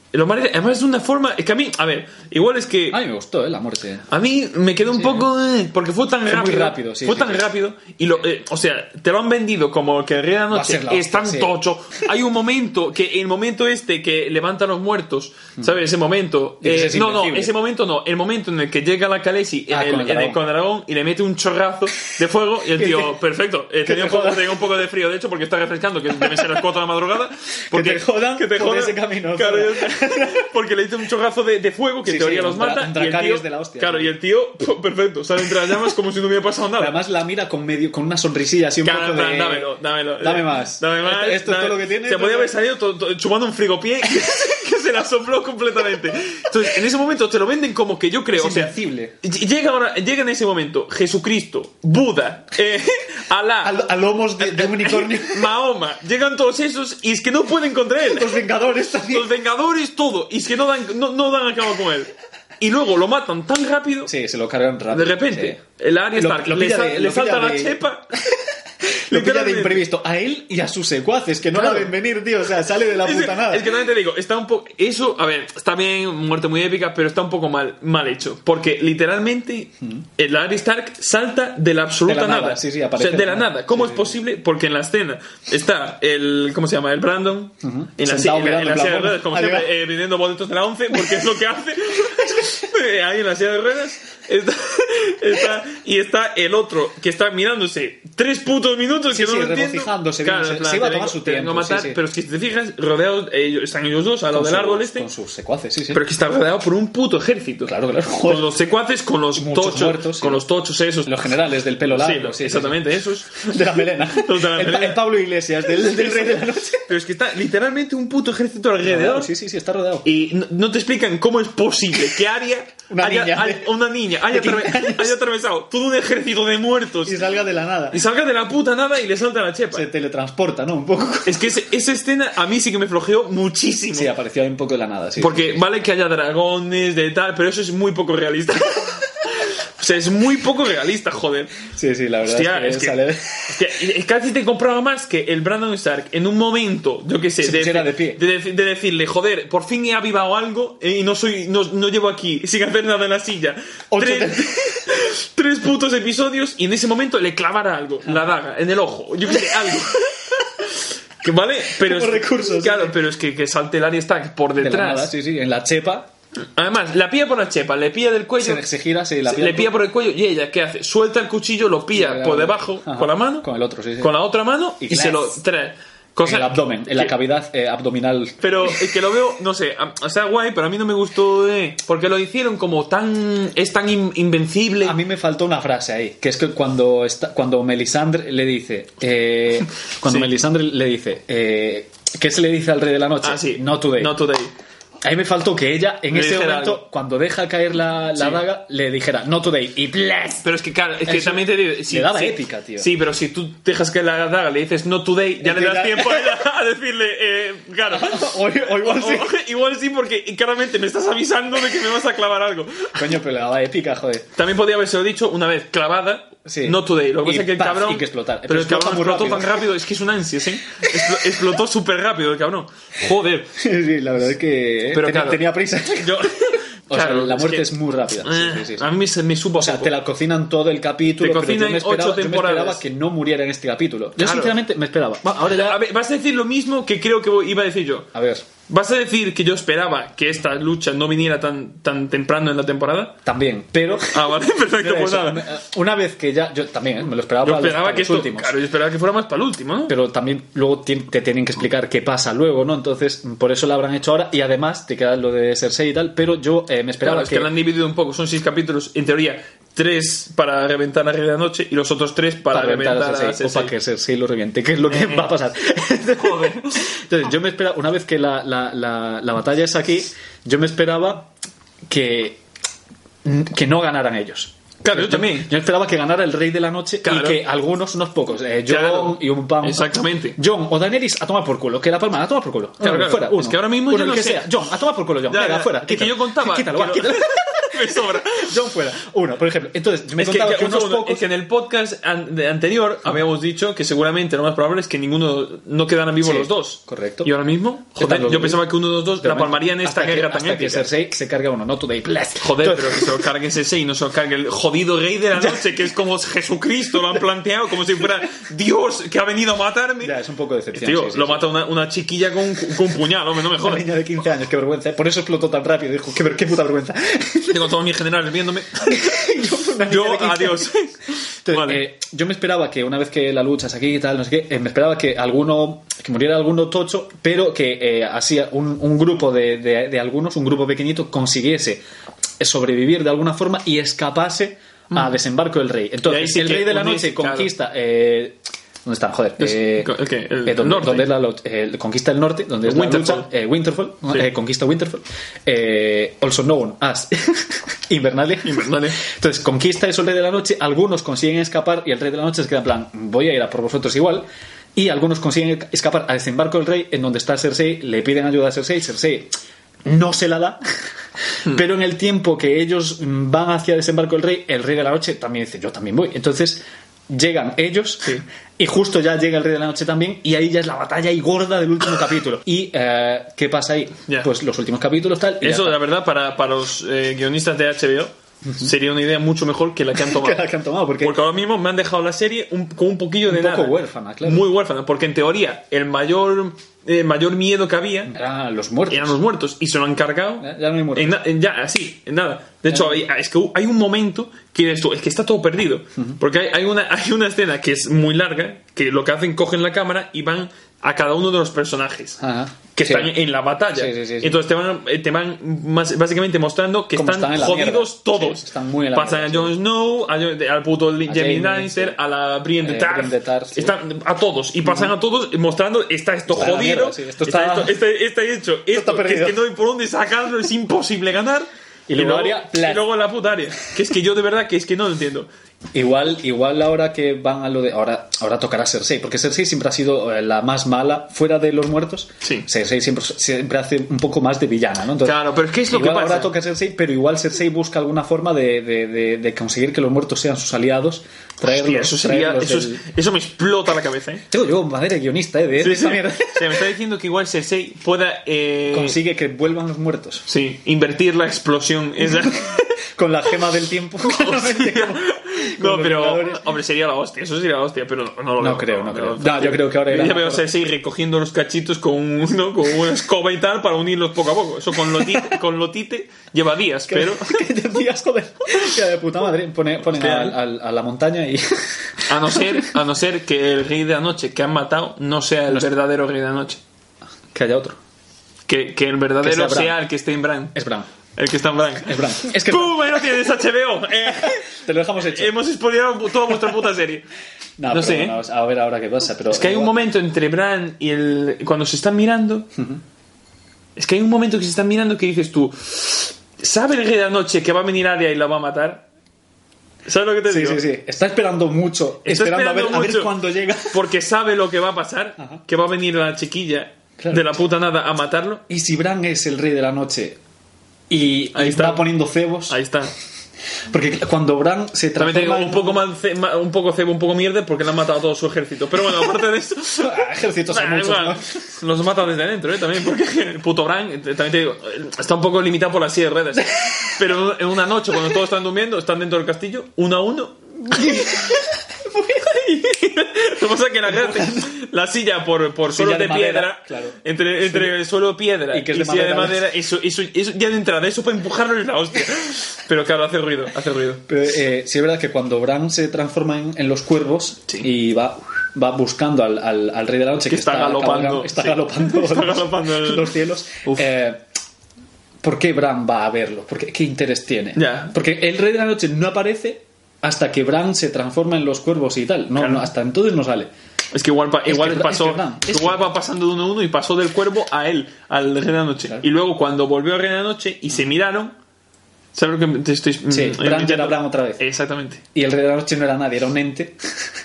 A: Y lo mata- además, de una forma. Es que a mí, a ver, igual es que.
B: sí. A mí me gustó, eh, la muerte.
A: A mí me quedó un poco. eh, porque fue tan
B: Fue muy
A: rápido.
B: rápido, sí,
A: Fue
B: sí,
A: tan
B: sí.
A: rápido. Y lo, eh, o sea, te lo han vendido como que Rey de la
B: a
A: Noche
B: ser la
A: es
B: hostia,
A: tan
B: sí.
A: tocho. Hay un momento que, el momento este que levanta a los muertos, ¿sabes? Ese momento.
B: Mm. Y que
A: eh,
B: ese es
A: no, no,
B: invencible.
A: ese momento no. El momento en el que llega la Khaleesi en
B: Ah,
A: el-
B: con el
A: en el
B: dragón.
A: Condragón y le mete un chorrazo de fuego. Y el tío,
B: te-
A: perfecto. eh, tenía,
B: te
A: un poco,
B: jodas.
A: tenía un poco de frío, de hecho, porque está refrescando, que debe ser las 4 de la madrugada. Porque,
B: te jodan por ese camino,
A: Claro,
B: joder.
A: yo- porque le hizo un chorrazo de, de fuego que
B: Sí,
A: en teoría
B: sí,
A: los
B: un dra-
A: mata.
B: un
A: y el
B: Dracarys
A: tío-
B: de la hostia.
A: Claro, y el tío, pu- perfecto, sale entre las llamas como si no hubiera pasado nada.
B: Además la mira con medio con una sonrisilla así un
A: Claro,
B: poco
A: da-
B: de
A: dámelo, dámelo.
B: Dame más.
A: Dame más.
B: Esto- esto es
A: dame-
B: todo lo que tienes,
A: Se podía
B: dame-
A: haber salido to- to- chupando un frigopié que, se- que se la sopló completamente. Entonces, en ese momento te lo venden como que yo creo.
B: Es
A: o sea,
B: invencible.
A: ll- Llega, ahora, llega en ese momento Jesucristo, Buda, eh, Alá,
B: a, a lomos de, de unicornio.
A: Mahoma. Llegan todos esos y es que no pueden contra él.
B: Los Vengadores también.
A: Los Vengadores, todo. Y es que no dan, no, no dan a cabo con él. Y luego lo matan tan rápido.
B: Sí, se lo cargan
A: De
B: rápido.
A: repente,
B: sí.
A: el Arya
B: Lo-
A: Stark
B: lo
A: le,
B: pilla
A: sal- le
B: de- lo
A: salta
B: pilla
A: la
B: de-
A: chepa.
B: Lo pilla de
A: Literalmente.
B: imprevisto a él y a sus secuaces que no
A: Claro.
B: la ven venir, tío. O sea, sale de la
A: Es que,
B: puta nada.
A: es que también te digo, está un poco. Eso, a ver, está bien, muerte muy épica, pero está un poco mal, mal hecho. Porque literalmente, el Arya Stark salta de la absoluta
B: De la nada,
A: nada.
B: sí, sí, aparece
A: O sea, de la
B: en la-
A: nada. ¿Cómo
B: sí,
A: es
B: sí.
A: posible? Porque en la escena está el. ¿Cómo se llama? El Brandon. En la, silla-
B: Sentado
A: en la- en la
B: mirando,
A: silla de
B: en plan,
A: ruedas, como
B: bueno,
A: siempre,
B: ahí va.
A: eh, vendiendo boletos de la 11, porque es lo que hace. Eh, Ahí en la silla de ruedas. Está, Está- y está el otro que está mirándose tres putos minutos
B: Sí,
A: que no
B: sí,
A: lo entiendo.
B: regocijándose, bien,
A: en
B: se-
A: plan,
B: se iba a
A: te
B: tomar
A: vengo-
B: su
A: te vengo a
B: tiempo, sí,
A: matar,
B: sí.
A: Pero es que si te fijas, rodeados, ellos- están ellos dos al lado del
B: su-
A: árbol este.
B: Con sus secuaces, sí, sí.
A: Pero que está rodeado por un puto ejército.
B: Claro, claro.
A: Con los secuaces, con los
B: Muchos
A: tochos,
B: muertos, sí.
A: con los tochos esos.
B: Los generales del pelo largo.
A: Sí, los-
B: sí, sí,
A: exactamente,
B: sí.
A: esos.
B: De la melena.
A: Los de la
B: El pa-
A: melena.
B: el Pablo Iglesias, del, del Rey de la Noche.
A: Pero es que está literalmente un puto ejército alrededor.
B: Sí, sí, sí, está rodeado.
A: Y no, no te explican cómo es posible que Aria,
B: Una
A: haya,
B: niña de-
A: haya- una niña haya,
B: de 15
A: atrave-
B: años.
A: haya atravesado todo un ejército de muertos
B: Y salga de la nada.
A: y salga de la puta nada y le salta la chepa.
B: Se teletransporta, ¿no? Un poco.
A: Es que ese- esa escena a mí sí que me flojeó muchísimo.
B: Sí, apareció ahí un poco de la nada, sí.
A: Porque vale que haya dragones de tal, pero eso es muy poco realista. o sea, es muy poco realista, joder.
B: Sí, sí, la verdad
A: Hostia, es
B: es que,
A: que,
B: sale-
A: hostia, y- y casi te compraba más que el Brandon Stark en un momento, yo qué sé,
B: Se pusiera de pie.
A: de- de decirle, joder, por fin he avivado algo eh, y no soy no, no llevo aquí sin hacer nada en la silla.
B: Ocho
A: Tres, tres putos episodios y en ese momento le clavara algo, la daga, en el ojo, yo qué sé, algo. Que, ¿Vale? Pero
B: Como
A: es-
B: recursos,
A: Claro,
B: sí.
A: pero es que, que salte el área Stark por
B: de la nada,
A: detrás.
B: sí, sí, en la chepa.
A: Además, la pilla por la chepa, le pilla del cuello.
B: Se, se gira, se la
A: le pilla por el cuello y ella, ¿qué hace? Suelta el cuchillo, lo pilla
B: Ajá.
A: por debajo con la mano,
B: Con el otro, sí, sí.
A: con la otra mano y,
B: Y
A: se
B: clas.
A: lo trae. Cosa-
B: En el abdomen, en la
A: que-
B: cavidad eh, abdominal.
A: Pero es que lo veo, no sé, a- o sea, guay, pero a mí no me gustó, eh, porque lo hicieron como tan. es tan in- invencible.
B: A mí me faltó una frase ahí, que es que cuando, está, cuando Melisandre le dice. eh, cuando
A: Sí.
B: Melisandre le dice. eh, ¿Qué se le dice al rey de la noche?
A: Ah, sí.
B: No today.
A: No today.
B: Ahí me faltó que ella, en
A: Le
B: ese
A: dijera
B: momento,
A: algo.
B: cuando deja caer la, la
A: Sí.
B: daga, le dijera no today y bless.
A: Pero es que, claro, es que
B: Eso
A: también te digo.
B: le daba épica, tío.
A: Sí, pero si tú dejas que la daga le dices no today, ya
B: Es
A: le
B: que
A: das
B: ya-
A: tiempo a, ella a decirle, eh, claro.
B: O- o igual sí.
A: O- igual sí, porque claramente me estás avisando de que me vas a clavar algo.
B: Coño, pero le daba épica, joder.
A: También podía haberse lo dicho una vez clavada.
B: Sí.
A: No today. Lo que
B: Y
A: pasa es que el
B: paf,
A: cabrón.
B: y que explotar.
A: Pero,
B: Pero
A: el cabrón
B: explota muy
A: explotó tan
B: rápido.
A: rápido. Es que es un ansia, ¿sí? Explo- explotó súper rápido el cabrón. Joder.
B: sí, la verdad es que eh,
A: Pero
B: tenía,
A: claro.
B: tenía prisa.
A: Yo-
B: O sea,
A: Claro,
B: la
A: es
B: muerte
A: que- Ah,
B: es, muy rápida. Sí, sí, sí, sí.
A: A mí se me supo.
B: O sea, te la cocinan todo el capítulo.
A: Te
B: pero
A: cocinan
B: yo me esperaba,
A: ocho
B: yo me
A: temporadas.
B: esperaba que no muriera en este capítulo. Yo
A: Claro.
B: sinceramente me esperaba. Va, ahora ya.
A: A ver, vas a decir lo mismo que creo que iba a decir yo.
B: A ver,
A: ¿Vas a decir que yo esperaba que esta lucha no viniera tan, tan temprano en la temporada?
B: también. Pero.
A: Ah, vale, perfecto,
B: pero
A: pues
B: eso, eh,
A: nada.
B: Una vez que ya. Yo también, ¿eh? me lo esperaba
A: Yo
B: para los-
A: esperaba
B: para
A: que
B: los
A: esto,
B: últimos.
A: claro, yo esperaba que fuera más para el último, ¿no?
B: pero también luego ti- te tienen que explicar qué pasa luego, ¿no? Entonces, por eso lo habrán hecho ahora y además te queda lo de Cersei y tal, pero yo eh,
A: Claro,
B: me esperaba
A: es que la han dividido un poco. Son seis capítulos, en teoría, tres para reventar la Rey de la Noche y los otros tres para, reventar,
B: reventar a
A: a
B: Cersei, o
A: Cersei.
B: para que Cersei lo reviente, que es lo que va a pasar.
A: Joder.
B: Entonces, yo me esperaba, una vez que la, la, la, la batalla es aquí, yo me esperaba que, que no ganaran ellos.
A: Claro, yo también.
B: Yo esperaba que ganara el Rey de la Noche
A: Claro.
B: y que algunos, unos pocos, eh, John
A: Claro.
B: y un pan.
A: Exactamente.
B: John o Daenerys a tomar por culo, que la palma a tomar por culo.
A: Claro, claro.
B: Fuera, uno.
A: Es que ahora mismo
B: Uno,
A: yo
B: el
A: no
B: que
A: sé.
B: sea. John, a tomar por culo, John.
A: Ya,
B: Venga,
A: ya.
B: fuera.
A: Es que
B: quítalo.
A: yo contaba.
B: Quítalo,
A: que
B: va,
A: lo-
B: quítalo.
A: Me sobra.
B: John fuera. Uno, por ejemplo. Entonces, yo me
A: Es que,
B: contaba que,
A: que- un
B: unos
A: segundo,
B: pocos. Ah.
A: es que en el podcast an- de- anterior habíamos dicho que seguramente lo más probable es que ninguno no quedaran vivos
B: Sí,
A: los dos.
B: correcto.
A: Y ahora mismo,
B: Están
A: joder,
B: los
A: yo
B: dos.
A: pensaba que uno de los dos
B: Pero
A: la palmaría en esta
B: hasta que-
A: guerra tan
B: hasta que
A: épica.
B: Cersei se carga uno, no today, bless.
A: Joder,
B: Entonces-
A: pero que se lo carguen ese y no se lo cargue el jodido rey de la noche, que es como Jesucristo, lo han planteado como si fuera Dios que ha venido a matarme.
B: Ya, es un poco de decepción.
A: Tío,
B: sí, sí,
A: lo
B: sí.
A: mata una, una chiquilla con, con un puñal, hombre, no me
B: Una
A: jodas.
B: niña de 15 años, qué vergüenza. ¿eh? Por eso explotó tan rápido. Dijo, qué, ver- qué puta vergüenza.
A: Tengo todos mis generales viéndome.
B: yo, una niña
A: Yo,
B: de 15
A: adiós.
B: Entonces,
A: Vale.
B: eh, yo me esperaba que una vez que la lucha es aquí y tal, no sé qué, eh, me esperaba que alguno, que muriera alguno tocho, pero que eh, así un, un grupo de, de- de algunos, un grupo pequeñito, consiguiese sobrevivir de alguna forma y escapase a desembarco del rey.
A: Mm. Y ahí
B: Entonces,
A: sí
B: el
A: que
B: rey de la
A: unirse,
B: noche
A: claro.
B: conquista. eh, ¿Dónde están? Joder.
A: Es-
B: eh,
A: co- ok, el
B: eh, donde,
A: norte.
B: donde es la lo- eh, conquista el norte, donde es la
A: Winterfell.
B: lucha, eh, Winterfell,
A: Sí.
B: eh, conquista Winterfell, eh, also known as Invernalia.
A: Invernalia.
B: Entonces conquista eso el Rey de la Noche, algunos consiguen escapar y el Rey de la Noche se queda en plan, voy a ir a por vosotros igual. Y algunos consiguen e-, escapar al desembarco del rey, en donde está Cersei, le piden ayuda a Cersei, Cersei no se la da,
A: Hmm.
B: pero en el tiempo que ellos van hacia el desembarco del rey, el Rey de la Noche también dice, yo también voy. Entonces llegan ellos y justo ya llega el Rey de la Noche también y ahí ya es la batalla y gorda del último capítulo. ¿Y eh, qué pasa ahí?
A: Ya.
B: Pues los últimos capítulos tal... y ya
A: Eso,
B: está.
A: la verdad, para, para los eh, guionistas de HBO, sería una idea mucho mejor que la que han tomado.
B: Que la que han tomado, porque-
A: ahora mismo me han dejado la serie un- con un poquillo de
B: Un poco
A: nada.
B: huérfana, claro.
A: Muy huérfana, porque en teoría el mayor, el mayor miedo que había
B: Eran los muertos.
A: eran los muertos y se lo han cargado.
B: Ya- ya no hay muertos.
A: en na- en ya, así, en nada. De hecho, hay- es que hay un momento que esto, es que está todo perdido. Porque hay, hay una, hay una escena que es muy larga, que lo que hacen, cogen la cámara y van a cada uno de los personajes
B: Ajá.
A: que
B: Sí.
A: están en la batalla.
B: Sí, sí, sí, sí.
A: Entonces te van, eh, te van más- básicamente mostrando que
B: Como
A: están,
B: están en la
A: jodidos
B: mierda.
A: todos.
B: Sí, están muy en la
A: Pasan
B: mierda,
A: a Jon Snow, a Jon- al puto Li- Jamie
B: Jaime,
A: Lannister,
B: sí.
A: a la Brienne de
B: Eh,
A: Tarth.
B: Brienne de Tarth, sí.
A: Están a todos y pasan a todos mostrando está esto
B: Está en la
A: jodido,
B: mierda, sí. Esto
A: está,
B: está-
A: esto- está- está Este, hecho, esto,
B: está
A: que es
B: perdido.
A: que no hay por dónde sacarlo, es imposible ganar.
B: Y luego área, plas.
A: y luego la puta área. Que es que yo de verdad que es que no lo entiendo.
B: Igual, igual ahora que van a lo de. Ahora, ahora tocará Cersei, porque Cersei siempre ha sido eh, la más mala fuera de los muertos.
A: Sí.
B: Cersei siempre, siempre hace un poco más de villana, ¿no? Entonces,
A: Claro, pero es que es lo
B: igual
A: que pasa.
B: Ahora toca Cersei, pero igual Cersei busca alguna forma de, de- de- de conseguir que los muertos sean sus aliados, traerlos.
A: Hostia, eso, sería-
B: traerlos
A: eso, es-
B: del-
A: eso me explota la cabeza. ¿eh?
B: Tengo yo madera de guionista, ¿eh? De
A: Sí,
B: esta
A: sí.
B: mierda.
A: Se me está diciendo que igual Cersei pueda eh,
B: Consigue que vuelvan los muertos.
A: sí, invertir la explosión. Esa.
B: Con la gema del tiempo. claramente,
A: no,
B: como- como los Vengadores.
A: pero hombre, sería la hostia. Eso sería la hostia, pero no, no lo
B: No
A: veo,
B: creo, no creo.
A: veo.
B: No, yo creo que ahora
A: Yo
B: era-
A: ya veo a Cersei recogiendo los cachitos con, un- ¿no? con una escoba y tal para unirlos poco a poco. Eso con Lotite, con Lotite lleva días, pero.
B: que te digas, joder, que de puta madre, pone, ponen
A: Hostia.
B: al- al- a la montaña y...
A: A no, ser, a no ser que el rey de anoche que han matado no sea el verdadero rey de anoche.
B: que haya otro.
A: Que, que el verdadero
B: Que sea
A: sea,
B: Bran.
A: el que esté en Bran.
B: Es Bran.
A: El que está en Bran.
B: Es Bran. Es que-
A: ¡Pum! Ahí lo tienes HBO. Eh,
B: Te lo dejamos hecho.
A: hemos expoliado toda vuestra puta serie.
B: No,
A: Eh, no
B: pero
A: sé, ¿eh?
B: bueno, a ver ahora qué pasa, pero...
A: Es que hay un
B: igual-
A: momento entre Bran y el. Cuando se están mirando. Es que hay un momento que se están mirando que dices tú. ¿Sabe el rey de la noche que va a venir Arya y la va a matar? ¿Sabes lo que te
B: Sí,
A: digo?
B: sí, sí. Está esperando mucho.
A: Está
B: esperando, a ver-
A: esperando
B: a ver,
A: mucho.
B: cuándo llega.
A: Porque sabe lo que va a pasar.
B: Ajá.
A: Que va a venir la chiquilla
B: Claro.
A: de la puta nada a matarlo.
B: Y si Bran es el rey de la noche y,
A: Ahí
B: y
A: está.
B: va poniendo cebos...
A: Ahí está.
B: Porque cuando Bran se
A: También
B: transforma...
A: te digo,
B: en-
A: un poco, más ce- ma- un poco cebo, un poco mierda porque le han matado a todo su ejército. Pero bueno, aparte de eso.
B: Ah, Ejércitos hay
A: Nah,
B: muchos,
A: igual,
B: ¿no?
A: Los mata desde adentro, ¿eh? También, porque el puto Bran, eh, también te digo, eh, está un poco limitado por las silla de ruedas. Pero en una noche, cuando todos están durmiendo, están dentro del castillo, uno a uno. Lo que pasa es que la, gente- la silla por, por
B: Silla
A: suelo de,
B: de madera,
A: piedra,
B: claro.
A: entre, entre el suelo de piedra y,
B: Y que es de
A: silla de
B: madera.
A: madera, eso, eso, eso ya de entrada, eso para empujarlo es la hostia. Pero claro, hace ruido, hace ruido.
B: Pero eh, sí es verdad que cuando Bran se transforma en, en los cuervos y va, va buscando al, al- al rey de la noche
A: Que está galopando,
B: cabalgando- está
A: sí.
B: galopando,
A: Está
B: los-
A: galopando el-
B: los cielos.
A: Uf.
B: eh, ¿Por qué Bran va a verlo? ¿Por qué, ¿Qué interés tiene?
A: Ya.
B: Porque el rey de la noche no aparece hasta que Bran se transforma en los cuervos y tal. No,
A: Claro.
B: no, hasta entonces no sale.
A: Es que igual, pa-
B: que
A: igual
B: es verdad,
A: pasó.
B: es que es verdad, es
A: igual
B: que-
A: va pasando de uno a uno y pasó del cuervo a él, al Rey de la Noche.
B: Claro.
A: Y luego cuando volvió a Rey de la Noche y se miraron. ¿Sabes lo que te estoy mm,
B: Sí, Bran
A: metiendo?
B: era Bran otra vez.
A: Eh. Exactamente.
B: Y el rey de la noche no era nadie, era un ente.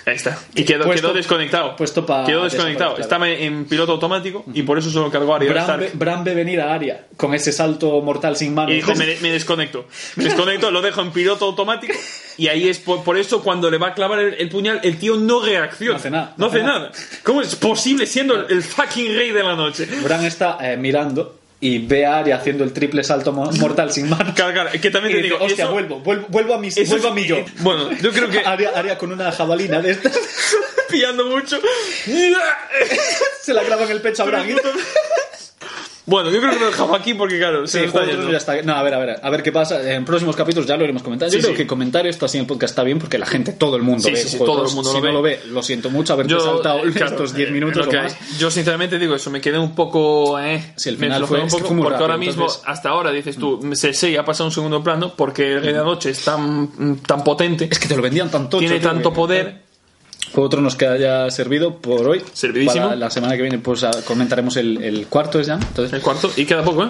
A: Ahí está. Y quedó,
B: Eh, Puesto-
A: quedó desconectado.
B: puesto pa-
A: quedó desconectado. Estaba
B: desaparecer.
A: en piloto automático y por eso solo cargó a Arya
B: Bran ve,
A: Stark.
B: Bran ve venir a Arya con ese salto mortal sin manos.
A: Y dijo, me, me desconecto. Me desconecto, lo dejo en piloto automático. Y ahí es por, por eso cuando le va a clavar el, el puñal, el tío no reacciona.
B: No hace nada,
A: No
B: no
A: hace
B: hace
A: nada. ¿Cómo es posible siendo el- el fucking rey de la noche?
B: Bran está eh, mirando y ve a Arya haciendo el triple salto mo- mortal sin mano.
A: Cargar. Que
B: Y
A: también te
B: dice,
A: digo,
B: hostia,
A: eso-
B: vuelvo, vuelvo, vuelvo a mi,
A: eso
B: vuelvo a
A: sí-
B: mi yo.
A: Bueno, yo creo que
B: Arya, Arya con una jabalina de estas
A: pillando mucho.
B: se la clava en el pecho a Bran. y-
A: bueno, yo creo que lo dejamos aquí porque, claro, se
B: Sí,
A: nos está
B: Juego de Tronos
A: yendo.
B: ya está- No, a ver, a ver, a ver qué pasa. En próximos capítulos ya lo iremos comentando. Yo
A: Sí,
B: creo
A: sí.
B: que comentar esto así en el podcast está bien porque la gente, todo el mundo
A: Sí,
B: ve.
A: sí, sí,
B: Juego de
A: todo el
B: Tronos.
A: mundo
B: si
A: lo
B: no lo ve, lo siento mucho haberte saltado
A: claro,
B: estos 10
A: eh,
B: minutos
A: lo
B: o
A: que
B: más.
A: hay. yo sinceramente digo eso, me quedé un poco. Eh,
B: Sí, el
A: me
B: final
A: aflojé
B: fue-
A: un
B: es que
A: poco,
B: fue muy
A: porque
B: rápido,
A: ahora mismo,
B: entonces- Mm.
A: hasta ahora dices tú, Cersei ha pasado a un segundo plano porque el Rey de la Noche es tan, tan potente,
B: Es que te lo vendían tanto.
A: tiene tanto poder.
B: Juego de Tronos que haya servido por hoy.
A: Servidísimo.
B: Para la semana que viene, pues a- comentaremos el, el cuarto, ¿es ya? Entonces,
A: El cuarto, y queda poco, ¿eh?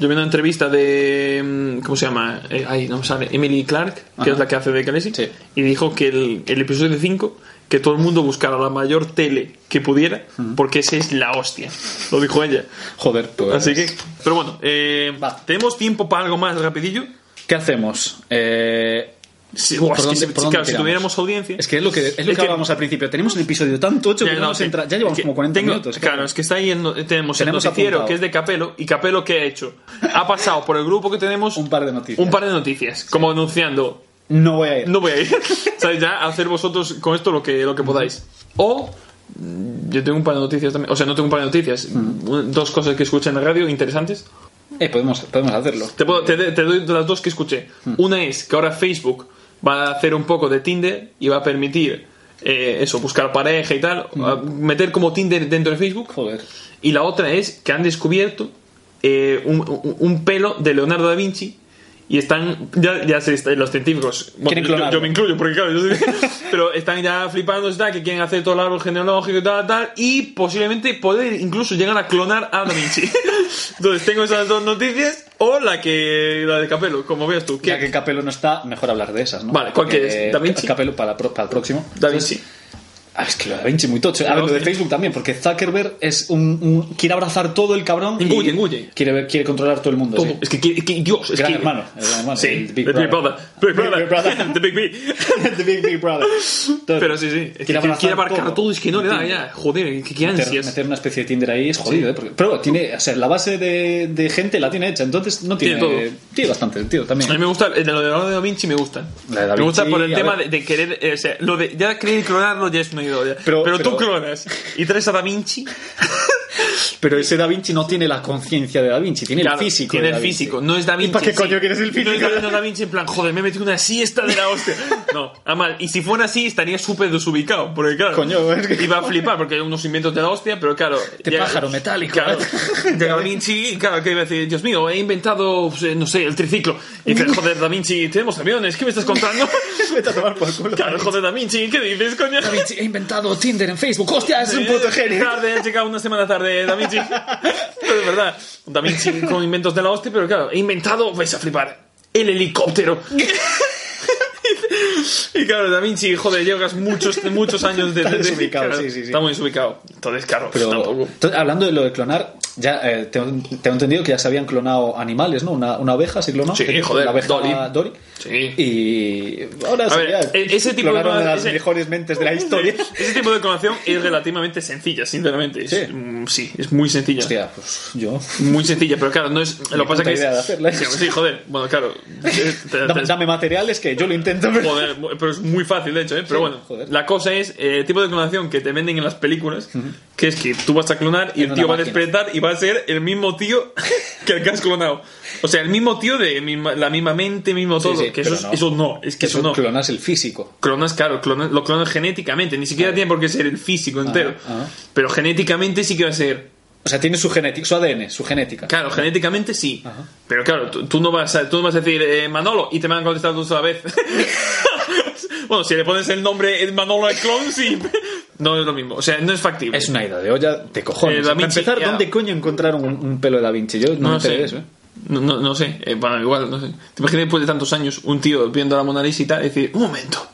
A: Yo vi una entrevista de. mm, ¿Cómo se llama? Eh, ay, no me sale. Emily Clark, que
B: Ajá.
A: es la que hace de Khaleesi.
B: Sí.
A: Y dijo que el, el episodio 5, que todo el mundo buscara la mayor tele que pudiera, porque esa es la hostia. Lo dijo ella.
B: joder, pues.
A: Así que. Pero bueno, eh,
B: Va.
A: ¿tenemos tiempo para algo más rapidillo?
B: ¿Qué hacemos? Eh,
A: Sí,
B: ¿Por
A: buah, es que
B: dónde-
A: si- si-
B: por dónde
A: claro, si
B: tiramos?
A: tuviéramos audiencia.
B: Es que es lo que, es lo
A: Es
B: que
A: que-
B: hablábamos al principio. Tenemos un episodio tan tocho que no
A: no,
B: vamos a
A: sí.
B: entrar- ya llevamos
A: Que
B: como 40
A: tengo-
B: minutos. ¿eh?
A: Claro, es que está ahí, en, no- tenemos el
B: Tenemos
A: noticiero
B: apuntado.
A: que es de Capelo. ¿Y Capelo qué ha hecho? Ha pasado por el grupo que tenemos
B: Un par de noticias.
A: un par de noticias, como anunciando,
B: No voy a ir.
A: no voy a ir. ¿Sabes? Ya hacer vosotros con esto lo que, lo que podáis. O mm, yo tengo un par de noticias también. O sea, no tengo un par de noticias. un- Dos cosas que escuché en la radio interesantes.
B: Eh, podemos, podemos hacerlo.
A: Te, puedo- te- te doy las dos que escuché. Una es que ahora Facebook va a hacer un poco de Tinder y va a permitir eh, eso, buscar pareja y tal, a- meter como Tinder dentro de Facebook.
B: Joder.
A: Y la otra es que han descubierto eh, un, un- un pelo de Leonardo da Vinci y están, ya, ya se está- los científicos, bueno,
B: Quieren
A: yo- yo,
B: clonarlo.
A: me incluyo porque claro, yo soy- pero están ya flipando, está, que quieren hacer todo el árbol genealógico y tal, tal, y posiblemente poder incluso llegar a clonar a da Vinci. Entonces tengo esas dos noticias o la que la de Capelo, como veas tú.
B: Ya que Capelo no está, mejor hablar de esas, ¿no?
A: Vale, ¿cuál
B: Porque,
A: quieres? ¿Da Vinci?
B: Capelo para, la pro- para el próximo.
A: da Vinci.
B: Ah, es que lo de Da Vinci muy tocho. A
A: La
B: ver, lo de
A: hostia.
B: Facebook también, porque Zuckerberg es un, un- quiere abrazar todo el cabrón. y
A: Engulle, engulle.
B: Quiere, ver- quiere controlar todo el mundo.
A: Todo.
B: sí.
A: Es que, que- que- Dios, es
B: Gran
A: que-
B: hermano, el gran hermano,
A: Sí,
B: el Big
A: The Big
B: Brother.
A: Brother. Big Brother.
B: Big Brother.
A: The Big B.
B: The Big Big Brother. Entonces,
A: Pero sí, sí. Es que
B: Quiere
A: quiere,
B: abrazar
A: abarcar
B: todo.
A: todo. es que no le da ya. Joder, qué, qué
B: meter,
A: ansias.
B: meter una especie de Tinder ahí es jodido, ¿eh? Porque- pero tiene, o sea, la base de, de gente la tiene hecha, entonces no tiene.
A: Tiene todo.
B: tiene bastante sentido
A: A mí
B: también.
A: me gusta, eh, lo de Leonardo da Vinci me gusta.
B: La de Da
A: me gusta
B: Vinci,
A: por el
B: a
A: tema de,
B: ver.
A: de querer, eh, o sea, lo de ya querer clonarlo ya es una idea.
B: Pero-
A: Pero, tú
B: pero-
A: clonas y traes a Da Vinci.
B: Pero ese Da Vinci no tiene la conciencia de Da Vinci, tiene
A: Claro,
B: el físico.
A: Tiene
B: de Da
A: el
B: Vinci.
A: físico, no es Da Vinci.
B: para qué
A: en
B: coño quieres el
A: No es
B: físico?
A: Da- no Da Vinci en plan, joder, me he metido una siesta de la hostia. No, a mal. Y si fuera así, estaría súper desubicado. Porque claro,
B: Coño, es que-
A: iba a flipar porque hay unos inventos de la hostia, pero claro.
B: Este pájaro metálico.
A: Claro, llega Da Vinci, y claro, que iba a decir, Dios mío, he inventado, pues, eh, no sé, el triciclo. Y dices, joder, Da Vinci, tenemos aviones, ¿qué me estás contando?
B: Vete a tomar por culo.
A: Claro, joder, Da Vinci, ¿qué dices, coño?
B: Da Vinci, he inventado Tinder en Facebook. ¡Hostia, es un puto genio!
A: Tarde, ha llegado una semana tarde, Da Vinci. Pero es verdad, Da Vinci con inventos de la hostia, pero claro, he inventado, vais a flipar, el helicóptero. Y claro, Da Vinci, joder, llevas muchos, muchos años de...
B: Está
A: de- de-
B: desubicado,
A: claro,
B: sí, sí, sí.
A: Está muy desubicado. Entonces, claro,
B: Pero,
A: tampoco.
B: entonces, hablando de lo de clonar, ya eh, tengo, tengo entendido que ya se habían clonado animales, ¿no? Una, una oveja se clonó.
A: Sí,
B: Que-
A: joder,
B: la oveja
A: Dolly. Sí.
B: Y ahora
A: A
B: sería-
A: ver, e- ese tipo de
B: clonaron
A: clonar-
B: a las
A: ese-
B: mejores mentes de la historia.
A: Ese tipo de clonación es relativamente sencilla, sinceramente. Es,
B: Sí.
A: mm, sí, es muy sencilla.
B: Hostia, pues yo.
A: Muy sencilla, pero claro, no es. Lo que pasa
B: puta
A: que es.
B: idea de hacerla.
A: Sí, sí, joder. Bueno, claro. eh, te- te-
B: Dame, dame materiales que yo lo intento. pero-
A: Joder, mu- pero es muy fácil, de hecho, ¿eh? Pero
B: Sí,
A: bueno,
B: joder.
A: la cosa es eh, el tipo de clonación que te venden en las películas, que es que tú vas a clonar y
B: En
A: el
B: una
A: tío va a
B: máquina.
A: despertar y va a ser el mismo tío que el que has clonado. O sea, el mismo tío de misma- la misma mente, mismo
B: Sí,
A: todo.
B: sí,
A: que
B: pero
A: eso, es- eso no, es que eso, no.
B: Clonas el físico.
A: Clonas, claro, clonas- lo clonas genéticamente, ni siquiera tiene por qué ser el físico
B: Ah,
A: entero.
B: ajá.
A: Pero genéticamente sí que va a ser.
B: O sea, tiene su genética, su ADN, su genética.
A: Claro, genéticamente sí. Pero claro, tú, tú no vas a, tú no vas a decir eh, Manolo y te van a contestar todos a la vez. bueno, si le pones el nombre eh, Manolo al clon, sí. no es lo mismo. O sea, no es factible.
B: Es una idea de olla de cojones.
A: Eh, Da
B: Para
A: Vinci,
B: empezar,
A: ya.
B: ¿dónde coño encontraron un, un pelo de Da Vinci? Yo no,
A: no,
B: me enteré
A: sé.
B: de eso, ¿eh?
A: No, no- no sé. Eh, bueno, igual, no sé. Te imaginas después de tantos años un tío viendo a la Mona Lisa y tal y decir, un momento,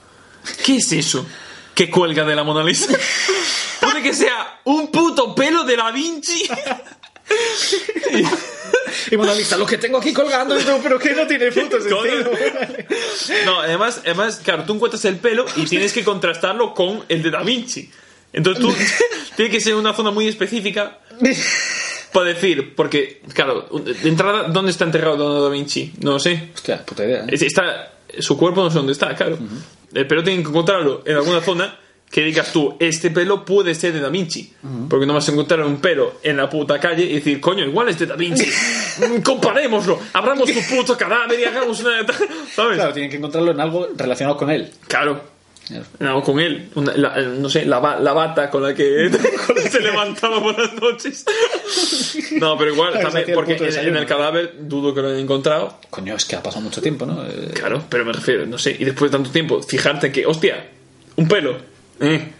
A: ¿qué es eso que cuelga de la Mona Lisa? Puede que sea un puto pelo de Da Vinci.
B: Y Mona Lisa, lo que tengo aquí colgando, y yo, pero que no tiene puto sentido.
A: No, además, además, claro, tú encuentras el pelo y tienes que contrastarlo con el de Da Vinci. Entonces tú tiene que ser una zona muy específica para decir, porque, claro, de entrada, ¿dónde está enterrado Leonardo Da Vinci? No lo sé.
B: Hostia, puta idea. ¿eh?
A: Es- Está, su cuerpo no sé dónde está, claro. Eh, Pero tienen que encontrarlo en alguna zona que digas tú, este pelo puede ser de Da Vinci. Porque no vas a encontrar un pelo en la puta calle y decir, coño, igual es de Da Vinci. Mm, Comparémoslo, abramos su puto cadáver y hagamos una. ¿Sabes?
B: Claro, tienen que encontrarlo en algo relacionado con él.
A: Claro. No, con él. Una- la- eh, no sé, la, ba- la bata con la que con la que se levantaba por las noches. No, pero igual,
B: Claro, se
A: también,
B: hacía el
A: porque
B: puto
A: en,
B: desayuno.
A: en el cadáver dudo que lo hayan encontrado.
B: Coño, es que ha pasado mucho tiempo, ¿no? Eh,
A: Claro, pero me refiero, no sé. Y después de tanto tiempo, fijarte que, hostia, un pelo. Eh.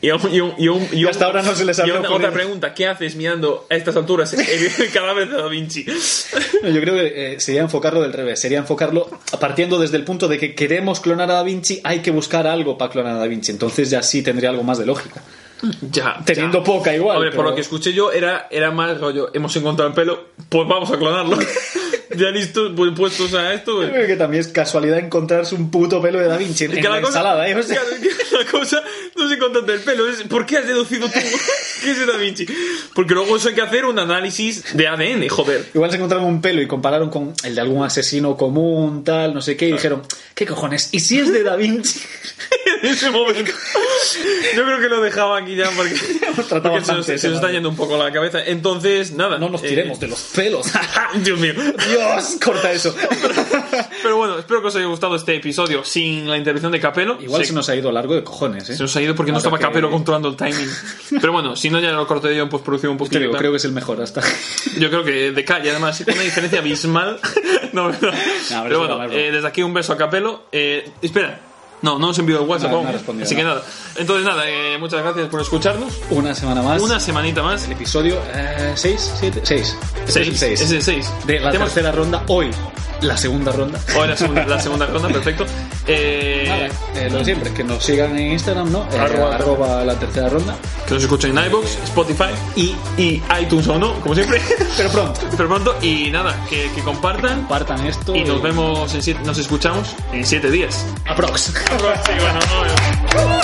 A: Y, un- y un- y un- y un-
B: hasta ahora no se les había
A: y una-
B: ocurrido.
A: otra pregunta, ¿qué haces mirando a estas alturas el, el cadáver de Da Vinci?
B: Yo creo que eh, sería enfocarlo del revés. Sería enfocarlo partiendo desde el punto de que queremos clonar a Da Vinci, hay que buscar algo para clonar a Da Vinci. Entonces ya sí tendría algo más de lógica.
A: Ya,
B: Teniendo
A: ya.
B: poca igual,
A: Hombre,
B: pero-
A: por lo que escuché yo, era, era más rollo. Hemos encontrado el pelo, pues vamos a clonarlo. ya listos, pues, puestos a esto. güey.
B: que también es casualidad encontrarse un puto pelo de Da Vinci en
A: Que
B: la ensalada, ¿eh? O sea,
A: que- que la cosa no se contante el pelo. es, ¿Por qué has deducido tú que es Da Vinci? Porque luego eso hay que hacer un análisis de ADN, joder.
B: Igual se encontraron un pelo y compararon con el de algún asesino común, tal, no sé qué, y dijeron, ¿qué cojones? ¿Y si es de Da Vinci?
A: En ese momento. Yo creo que lo dejaba aquí ya porque,
B: hemos tratado
A: porque se, nos,
B: bastante ese
A: se nos está
B: tema.
A: yendo un poco la cabeza. Entonces, nada.
B: No nos
A: eh,
B: tiremos de los pelos.
A: Dios mío.
B: Dios, corta eso.
A: Pero bueno, espero que os haya gustado este episodio sin la intervención de Capelo.
B: Igual
A: Se-
B: se nos ha ido largo de cojones, ¿eh?
A: se nos ha ido porque no
B: Ahora
A: estaba
B: que-
A: Capelo controlando el timing. Pero bueno, si no, ya lo corté yo en postproducción un poquito.
B: Te digo, creo que es el mejor hasta.
A: Yo creo que de calle, además, con una diferencia abismal. no, no. Pero
B: es
A: bueno,
B: broma, es broma.
A: eh, desde aquí un beso a Capelo. Eh, espera, no, no os envío el WhatsApp.
B: No, no
A: aún.
B: ha respondido,
A: Así que
B: no.
A: nada. Entonces, nada, eh, muchas gracias por escucharnos.
B: Una semana más.
A: Una semanita más.
B: El episodio eh, 6, 7, 6.
A: Seis. Es el 6.
B: De la
A: Tenemos-
B: tercera ronda hoy. La segunda ronda.
A: o la segunda, la segunda ronda, perfecto. Eh,
B: Nada, eh, lo de siempre, que nos sigan en Instagram, ¿no? Eh,
A: Arroba-
B: arroba la tercera ronda.
A: que nos escuchen en iBox, Spotify
B: Y,
A: y iTunes o no, como siempre.
B: pero pronto,
A: Pero pronto, y nada, que, que compartan.
B: partan esto.
A: Y nos vemos, en siete- nos escuchamos en 7 días.
B: Aprox.
A: Próximo, no, no.